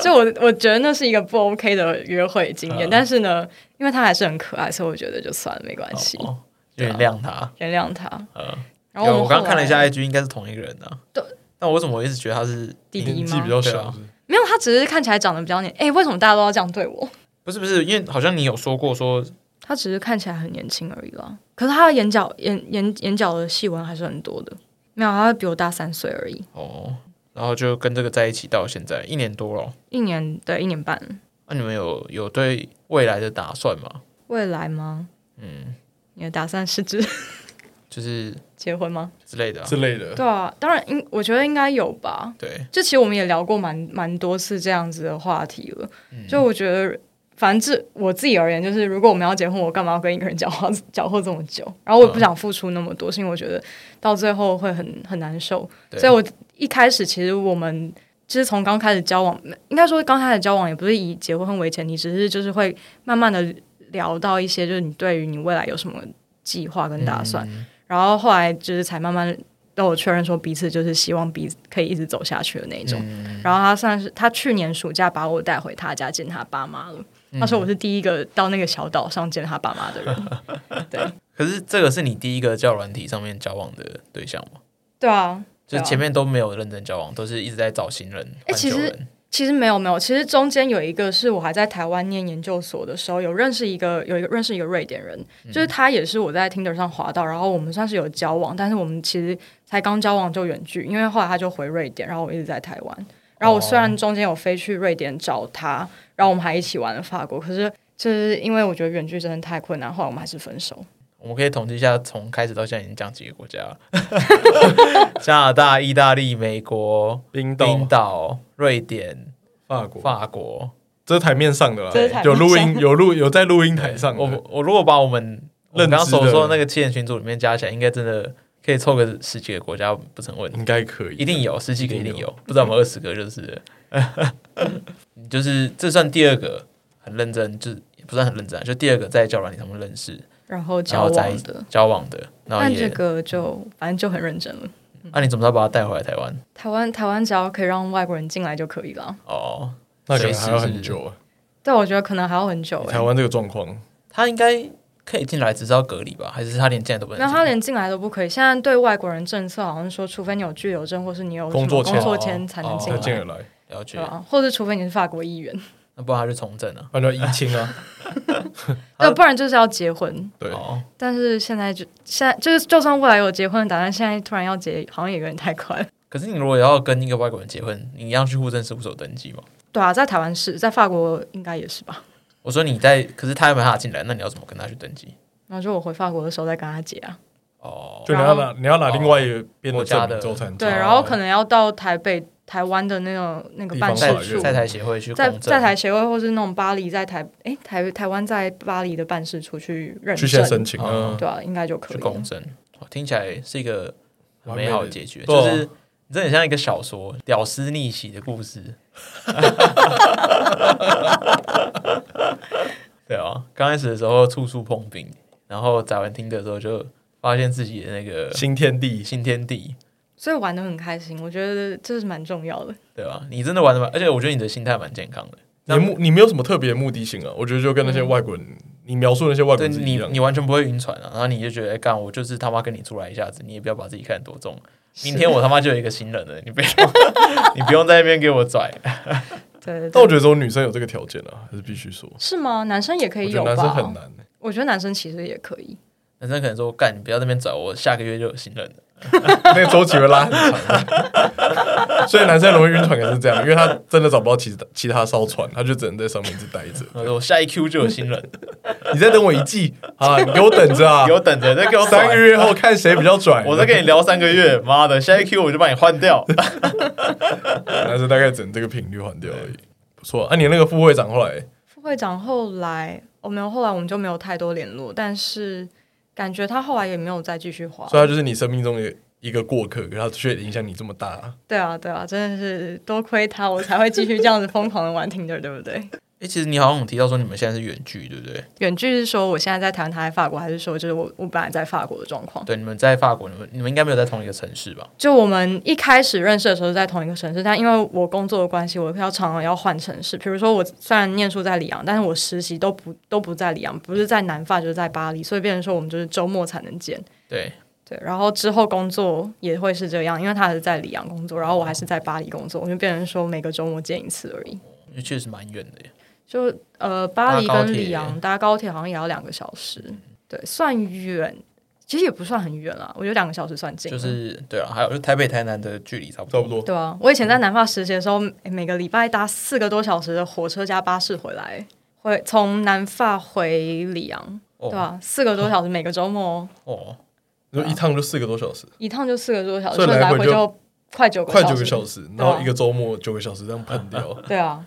[SPEAKER 4] 就我我觉得那是一个不 OK 的约会经
[SPEAKER 3] 嗯
[SPEAKER 4] 验，但是呢，因为他还是很可爱，所以我觉得就算了，没关系。
[SPEAKER 3] 哦，原谅他。
[SPEAKER 4] 原谅他。
[SPEAKER 3] 呃，
[SPEAKER 4] 啊然后
[SPEAKER 3] 有我刚刚看了一下
[SPEAKER 4] 后来
[SPEAKER 3] IG，应该是同一个人啊。
[SPEAKER 4] 对。
[SPEAKER 3] 那我为什么我一直觉得他是
[SPEAKER 4] 弟弟
[SPEAKER 5] 年纪
[SPEAKER 4] 吗
[SPEAKER 5] 比？较
[SPEAKER 3] 对啊
[SPEAKER 5] 小，是
[SPEAKER 4] 没有，他只是看起来长得比较年。哎，为什么大家都要这样对我？
[SPEAKER 3] 不是不是？因为好像你有说过说，
[SPEAKER 4] 他只是看起来很年轻而已啦。可是他的眼角眼眼眼角的细纹还是很多的。没有，他比我大三岁而已，
[SPEAKER 3] 哦，然后就跟这个在一起到现在一年多了。
[SPEAKER 4] 一年对一年半。
[SPEAKER 3] 那、你们有有对未来的打算吗？
[SPEAKER 4] 未来吗？
[SPEAKER 3] 嗯，
[SPEAKER 4] 你的打算是指
[SPEAKER 3] 就是
[SPEAKER 4] 结婚吗？
[SPEAKER 3] 之类的啊、
[SPEAKER 5] 之类的，
[SPEAKER 4] 对啊，当然应我觉得应该有吧。
[SPEAKER 3] 对，
[SPEAKER 4] 就其实我们也聊过蛮蛮多次这样子的话题了。就我觉得，反正这我自己而言，就是如果我们要结婚，我干嘛要跟一个人搅和搅和这么久？然后我也不想付出那么多，是因为我觉得到最后会很很难受。
[SPEAKER 3] 对
[SPEAKER 4] 所以我一开始其实我们。就是从刚开始交往，应该说刚开始交往也不是以结婚为前提，只是就是会慢慢的聊到一些，就是你对于你未来有什么计划跟打算。
[SPEAKER 3] 嗯
[SPEAKER 4] 然后后来就是才慢慢都有确认说彼此就是希望彼此可以一直走下去的那一种。
[SPEAKER 3] 嗯
[SPEAKER 4] 然后他算是他去年暑假把我带回他家见他爸妈了。他
[SPEAKER 3] 嗯
[SPEAKER 4] 说我是第一个到那个小岛上见他爸妈的人。对啊
[SPEAKER 3] 可是这个是你第一个交友软体上面交往的对象吗？
[SPEAKER 4] 对啊，
[SPEAKER 3] 就
[SPEAKER 4] 对
[SPEAKER 3] 是
[SPEAKER 4] 啊
[SPEAKER 3] 前面都没有认真交往，都是一直在找新人、
[SPEAKER 4] 诶
[SPEAKER 3] 换旧
[SPEAKER 4] 其
[SPEAKER 3] 人。
[SPEAKER 4] 其实没有没有，其实中间有一个是我还在台湾念研究所的时候，有认识一个有一个认识一个瑞典人，
[SPEAKER 3] 嗯
[SPEAKER 4] 就是他也是我在 Tinder 上滑到，然后我们算是有交往，但是我们其实才刚交往就远距，因为后来他就回瑞典，然后我一直在台湾。然后我虽然中间有飞去瑞典找他，然后我们还一起玩了法国，可是就是因为我觉得远距真的太困难，后来我们还是分手。
[SPEAKER 3] 我们可以统计一下，从开始到现在已经讲几个国家了：加拿大、意大利、美国、
[SPEAKER 5] 冰
[SPEAKER 3] 冰
[SPEAKER 5] 岛、哦
[SPEAKER 3] 岛、瑞典、
[SPEAKER 5] 法国，
[SPEAKER 3] 法国。
[SPEAKER 5] 这是台面上的啦
[SPEAKER 4] 这是台，面
[SPEAKER 5] 有录
[SPEAKER 4] 上
[SPEAKER 5] 音，有录，有在录音台上的，
[SPEAKER 3] 我我如果把我们我
[SPEAKER 5] 认
[SPEAKER 3] 们刚刚
[SPEAKER 5] 知的
[SPEAKER 3] 所说的那个七人群组里面加起来，应该真的可以凑个十几个国家不成问题，
[SPEAKER 5] 应该可以，
[SPEAKER 3] 一定有十几个，一定有，不知道我们二十个就是了。你就是这算第二个很认真，就是也不算很认真啊，就第二个在交友软体上面认识
[SPEAKER 4] 然后
[SPEAKER 3] 然
[SPEAKER 4] 交
[SPEAKER 3] 后在
[SPEAKER 4] 往的，
[SPEAKER 3] 交往的，然后
[SPEAKER 4] 但
[SPEAKER 3] 也
[SPEAKER 4] 这个就反正就很认真了。
[SPEAKER 3] 那、你怎么知道把他带回来台湾？
[SPEAKER 4] 台湾台湾只要可以让外国人进来就可以了。
[SPEAKER 3] 哦，
[SPEAKER 5] 那可能
[SPEAKER 3] 随时哦
[SPEAKER 5] 还要
[SPEAKER 3] 是
[SPEAKER 5] 很
[SPEAKER 3] 不是
[SPEAKER 5] 久啊。
[SPEAKER 4] 对，我觉得可能还要很久、欸。
[SPEAKER 5] 台湾这个状况，
[SPEAKER 3] 他应该可以进来，只是要隔离吧？还是他连进来都不能进
[SPEAKER 4] 那
[SPEAKER 3] 来？
[SPEAKER 4] 他连进来都不可以。现在对外国人政策好像说，除非你有居留证，或是你有什么
[SPEAKER 5] 工作签
[SPEAKER 4] 工作签才能
[SPEAKER 3] 哦
[SPEAKER 4] 进
[SPEAKER 5] 要
[SPEAKER 4] 来，
[SPEAKER 5] 进得来，
[SPEAKER 3] 了解
[SPEAKER 4] 对，啊吧？或是除非你是法国议员，
[SPEAKER 3] 那不然他就从政了。
[SPEAKER 5] 那就要移亲啊。
[SPEAKER 4] 对，不然就是要结婚。
[SPEAKER 5] 对，
[SPEAKER 3] 哦，
[SPEAKER 4] 但是现在就现在就是，就算未来有结婚的打算，现在突然要结，好像也有点太快了。
[SPEAKER 3] 可是你如果要跟一个外国人结婚，你一样去户政事务所登记吗？
[SPEAKER 4] 对啊，在台湾是，在法国应该也是吧。
[SPEAKER 3] 我说你在，可是他又没办法进来，那你要怎么跟他去登记？
[SPEAKER 4] 然后就我回法国的时候再跟他结啊，
[SPEAKER 3] 哦，
[SPEAKER 5] 就你要拿你要拿另外一个边
[SPEAKER 3] 国
[SPEAKER 5] 的
[SPEAKER 3] 家
[SPEAKER 5] 证
[SPEAKER 3] 的
[SPEAKER 5] 明之后才能
[SPEAKER 4] 对，
[SPEAKER 5] 进来
[SPEAKER 4] 然后可能要到台北台湾的那种那个
[SPEAKER 5] 地方
[SPEAKER 4] 办
[SPEAKER 5] 法
[SPEAKER 4] 事
[SPEAKER 5] 院
[SPEAKER 4] 处，
[SPEAKER 3] 在在台协会去
[SPEAKER 4] 在
[SPEAKER 3] 公证
[SPEAKER 4] 在台协会，或是那种巴黎在台哎、台台湾在巴黎的办事处去认
[SPEAKER 5] 去先申
[SPEAKER 4] 证，
[SPEAKER 5] 请，
[SPEAKER 3] 嗯
[SPEAKER 5] 嗯，
[SPEAKER 4] 对啊，应该就可
[SPEAKER 3] 去
[SPEAKER 4] 以了。
[SPEAKER 3] 公证，哇听起来是一个很
[SPEAKER 5] 完
[SPEAKER 3] 美
[SPEAKER 5] 美
[SPEAKER 3] 好的
[SPEAKER 5] 的
[SPEAKER 3] 结局，
[SPEAKER 5] 对啊
[SPEAKER 3] 就是你真的很像一个小说《屌丝逆袭》的故事。 对啊，刚开始的时候处处碰壁，然后载完听的时候就发现自己的那个
[SPEAKER 5] 新天地，
[SPEAKER 3] 新天地，
[SPEAKER 4] 所以玩的很开心，我觉得这是蛮重要的。
[SPEAKER 3] 对吧、你真的玩的蛮，而且我觉得你的心态蛮健康的。
[SPEAKER 5] 你的目你没有什么特别的目的性啊，我觉得就跟那些外国人，你描述那些外国
[SPEAKER 3] 嗯对
[SPEAKER 5] 人是一
[SPEAKER 3] 你
[SPEAKER 5] 样，
[SPEAKER 3] 你完全不会晕船啊，然后你就觉得，哎、干，我就是他妈跟你出来一下子，你也不要把自己看得多重。明天我他妈就有一个新人了，你不要， 你不用在那边给我拽。
[SPEAKER 4] 对对
[SPEAKER 5] 但我
[SPEAKER 4] 对，
[SPEAKER 5] 觉得只有女生有这个条件啊，还是必须说，
[SPEAKER 4] 是吗？男生也可
[SPEAKER 5] 我
[SPEAKER 4] 以
[SPEAKER 5] 觉
[SPEAKER 4] 有
[SPEAKER 5] 得
[SPEAKER 4] 吧？
[SPEAKER 5] 男生很难。
[SPEAKER 4] 我觉得男生其实也可以。
[SPEAKER 3] 男生可能说，干，你不要在那边拽我，下个月就有新人了。
[SPEAKER 5] 那个周期会拉很长，啊 所以男生容易晕船也是这样，因为他真的找不到其其他艘船，他就只能在上面一直待着。
[SPEAKER 3] 我说 我下一 Q 就有新人，
[SPEAKER 5] 你在等我一季啊，你给我等着 啊
[SPEAKER 3] 给！我等着，再给我甩
[SPEAKER 5] 三个，月后看谁比较拽。
[SPEAKER 3] 我再跟你聊三个月。妈的，下一 Q 我就把你换 掉。
[SPEAKER 5] 男生大概只能这个频率换掉而已。不错啊，你那个副会长后来
[SPEAKER 4] 副会长后来，我、没有，后来我们就没有太多联络，但是感觉他后来也没有再继续滑。
[SPEAKER 5] 所以他就是你生命中的一个过客，可是他却影响你这么大。
[SPEAKER 4] 对啊，对啊，真的是多亏他，我才会继续这样子疯狂的玩 Tinder，对不对？
[SPEAKER 3] 哎、其实你好像有提到说你们现在是远距，对不对？
[SPEAKER 4] 远距是说我现在在台湾，他在法国，还是说就是我我本来在法国的状况？
[SPEAKER 3] 对，你们在法国，你们你们应该没有在同一个城市吧？
[SPEAKER 4] 就我们一开始认识的时候是在同一个城市，但因为我工作的关系，我要常常要换城市。比如说，我虽然念书在里昂，但是我实习都不都不在里昂，不是在南法就是在巴黎，所以变成说我们就是周末才能见。
[SPEAKER 3] 对，
[SPEAKER 4] 对，然后之后工作也会是这样，因为他还是在里昂工作，然后我还是在巴黎工作，我就变成说每个周末见一次而已。
[SPEAKER 3] 因为确实蛮远的耶。
[SPEAKER 4] 就呃，巴黎
[SPEAKER 3] 搭高
[SPEAKER 4] 跟
[SPEAKER 3] 铁
[SPEAKER 4] 里昂搭高铁好像也要两个小时，对，算远，其实也不算很远啦，我觉得两个小时算近了，
[SPEAKER 3] 就是对啊，还有就台北、台南的距离差不多，
[SPEAKER 5] 差不多
[SPEAKER 4] 对啊，我以前在南法实习的时候，诶每个礼拜搭四个多小时的火车加巴士回来，回从南法回里昂，
[SPEAKER 3] 哦
[SPEAKER 4] 对吧、四个多小时，每个周末
[SPEAKER 3] 哦，
[SPEAKER 5] 就一趟就四个多小时，
[SPEAKER 4] 一趟就四个多小时，
[SPEAKER 5] 所以
[SPEAKER 4] 所以
[SPEAKER 5] 来
[SPEAKER 4] 来
[SPEAKER 5] 回
[SPEAKER 4] 回
[SPEAKER 5] 就
[SPEAKER 4] 就快九个
[SPEAKER 5] 快九个小时，
[SPEAKER 4] 时。对
[SPEAKER 5] 然
[SPEAKER 4] 啊
[SPEAKER 5] 后一个周末九个小时这样喷 掉。
[SPEAKER 4] 对啊，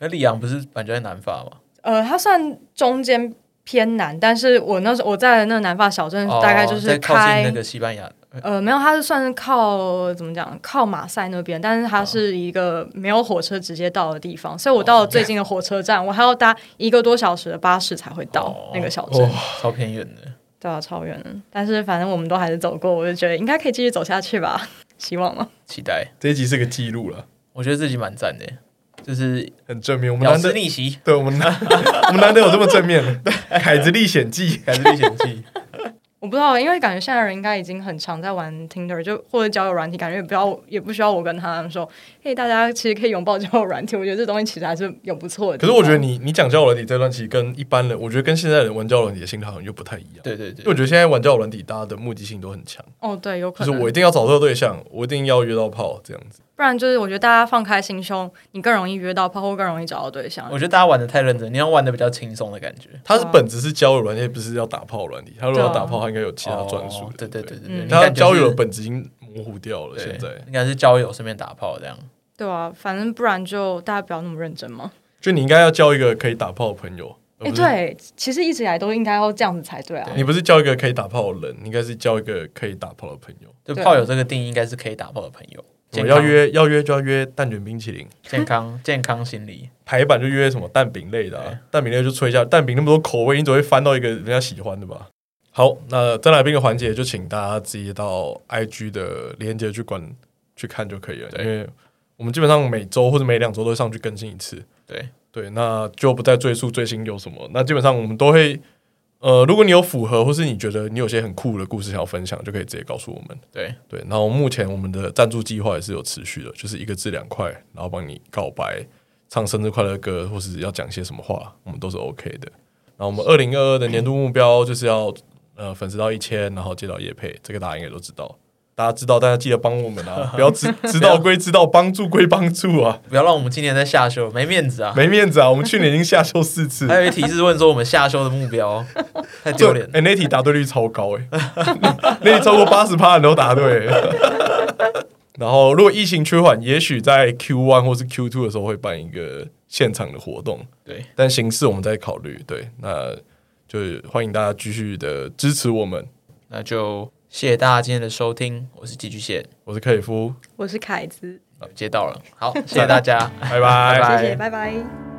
[SPEAKER 3] 那里昂不是感觉在南法吗？
[SPEAKER 4] 呃，它算中间偏南，但是我那时候我在的那个南法小
[SPEAKER 5] 嗯
[SPEAKER 4] 镇，大概就
[SPEAKER 3] 哦在
[SPEAKER 4] 是
[SPEAKER 3] 靠近
[SPEAKER 4] 开、
[SPEAKER 3] 那个西班牙
[SPEAKER 4] 呃，没有，它是算是靠怎么讲，靠马赛那边，但是
[SPEAKER 5] 哦
[SPEAKER 4] 它是一个没有火车直接到的地方，所以我到了最近的火车站，我还要搭一个多小时的巴士才会到
[SPEAKER 3] 哦
[SPEAKER 4] 那个小镇，
[SPEAKER 3] 超偏远的。
[SPEAKER 4] 对啊，超远的。但是反正我们都还是走过，我就觉得应该可以继续走下去吧，希望啊嘛。
[SPEAKER 3] 期待，
[SPEAKER 5] 这一集是个记录了，
[SPEAKER 3] 我觉得自己蛮赞的，就是
[SPEAKER 5] 很正面。我们
[SPEAKER 3] 屌
[SPEAKER 5] 难
[SPEAKER 3] 丝
[SPEAKER 5] 得
[SPEAKER 3] 逆袭，
[SPEAKER 5] 对我们难 我们难得有这么正面的《凯子历险记》。
[SPEAKER 3] 还是历险记，
[SPEAKER 4] 我不知道，因为感觉现在人应该已经很常在玩 Tinder，就或者交友软体，感觉也不要也不需要我跟他们说，嘿，大家其实可以拥抱交友软体，我觉得这东西其实还是有不错的地
[SPEAKER 5] 可
[SPEAKER 4] 方。
[SPEAKER 5] 是我觉得你你讲交友软体这段，其实跟一般人，我觉得跟现在人玩交友软体的心态好像就不太一样。
[SPEAKER 3] 对对
[SPEAKER 5] 因为我
[SPEAKER 3] 对，
[SPEAKER 5] 觉得现在玩交友软体，大家的目的性都很强，
[SPEAKER 4] 哦，对，有可
[SPEAKER 5] 就
[SPEAKER 4] 能
[SPEAKER 5] 是我一定要找到对象，我一定要约到炮这样子。
[SPEAKER 4] 不然就是我觉得大家放开心胸，你更容易约到炮，或更容易找到对象
[SPEAKER 3] 我。觉得大家玩的太认真，你要玩的比较轻松的感觉，
[SPEAKER 5] 它是本质是交友软体，不是要打炮软体。他如果要打炮，他应该有其他专属
[SPEAKER 3] 哦
[SPEAKER 5] 的。
[SPEAKER 3] 对对对对对，
[SPEAKER 4] 嗯
[SPEAKER 3] 你
[SPEAKER 5] 他
[SPEAKER 3] 感觉
[SPEAKER 5] 交友
[SPEAKER 3] 是
[SPEAKER 5] 的本质已经模糊掉了。
[SPEAKER 3] 对
[SPEAKER 5] 现在，
[SPEAKER 3] 应该是交友顺便打炮这样，
[SPEAKER 4] 对啊，反正不然就大家不要那么认真嘛。
[SPEAKER 5] 就你应该要交一个可以打炮的朋友，而
[SPEAKER 4] 哎、
[SPEAKER 5] 不是
[SPEAKER 4] 对，其实一直以来都应该要这样子才对啊。
[SPEAKER 5] 你不是交一个可以打炮的人，你应该是交一个可以打炮的朋友。
[SPEAKER 3] 就
[SPEAKER 4] 对啊
[SPEAKER 3] 炮友这个定义应该是可以打炮的朋友，
[SPEAKER 5] 我
[SPEAKER 3] 健康
[SPEAKER 5] 要约要约就要约蛋卷冰淇淋，
[SPEAKER 3] 健康健康心理，
[SPEAKER 5] 排版就约什么蛋饼类的、啊，蛋饼类就吹一下，蛋饼那么多口味，你总会翻到一个人家喜欢的吧。好，那再来宾的环节就请大家自己到 IG 的链接去管去看就可以了，
[SPEAKER 3] 对
[SPEAKER 5] 因为我们基本上每周或者每两周都会上去更新一次。
[SPEAKER 3] 对
[SPEAKER 5] 对，那就不再赘述最新有什么。那基本上我们都会，呃，如果你有符合，或是你觉得你有些很酷的故事想要分享，就可以直接告诉我们。
[SPEAKER 3] 对，
[SPEAKER 5] 对，然后目前我们的赞助计划也是有持续的，就是一个字两块，然后帮你告白、唱生日快乐歌，或是要讲些什么话，我们都是 OK 的。然后我们二零二二的年度目标就是要呃粉丝到一千，然后接到叶配，这个大家应该都知道。大家知道，大家记得帮我们啊！不要知知道归知道，帮助归帮助啊，
[SPEAKER 3] 不要让我们今年在下修，没面 子啊。
[SPEAKER 5] 没面子啊！我们去年已经下修四次，
[SPEAKER 3] 还有一题是问说我们下修的目 标，太丢脸了
[SPEAKER 5] 哎、。那欸题答对率超高哎、那题超过八十趴人都答对、欸然后如果疫情趋缓，也许在 Q one 或是 Q two 的时候会办一个现场的活动，
[SPEAKER 3] 对，
[SPEAKER 5] 但形式我们再考虑。对，那就是欢迎大家继续的支持我们。
[SPEAKER 3] 那就谢谢大家今天的收听，我是寄居蟹，
[SPEAKER 5] 我是克里夫，
[SPEAKER 4] 我是凯子，
[SPEAKER 3] 接到了，好，谢谢大家，
[SPEAKER 5] 拜拜
[SPEAKER 3] 拜
[SPEAKER 4] 谢谢，拜拜。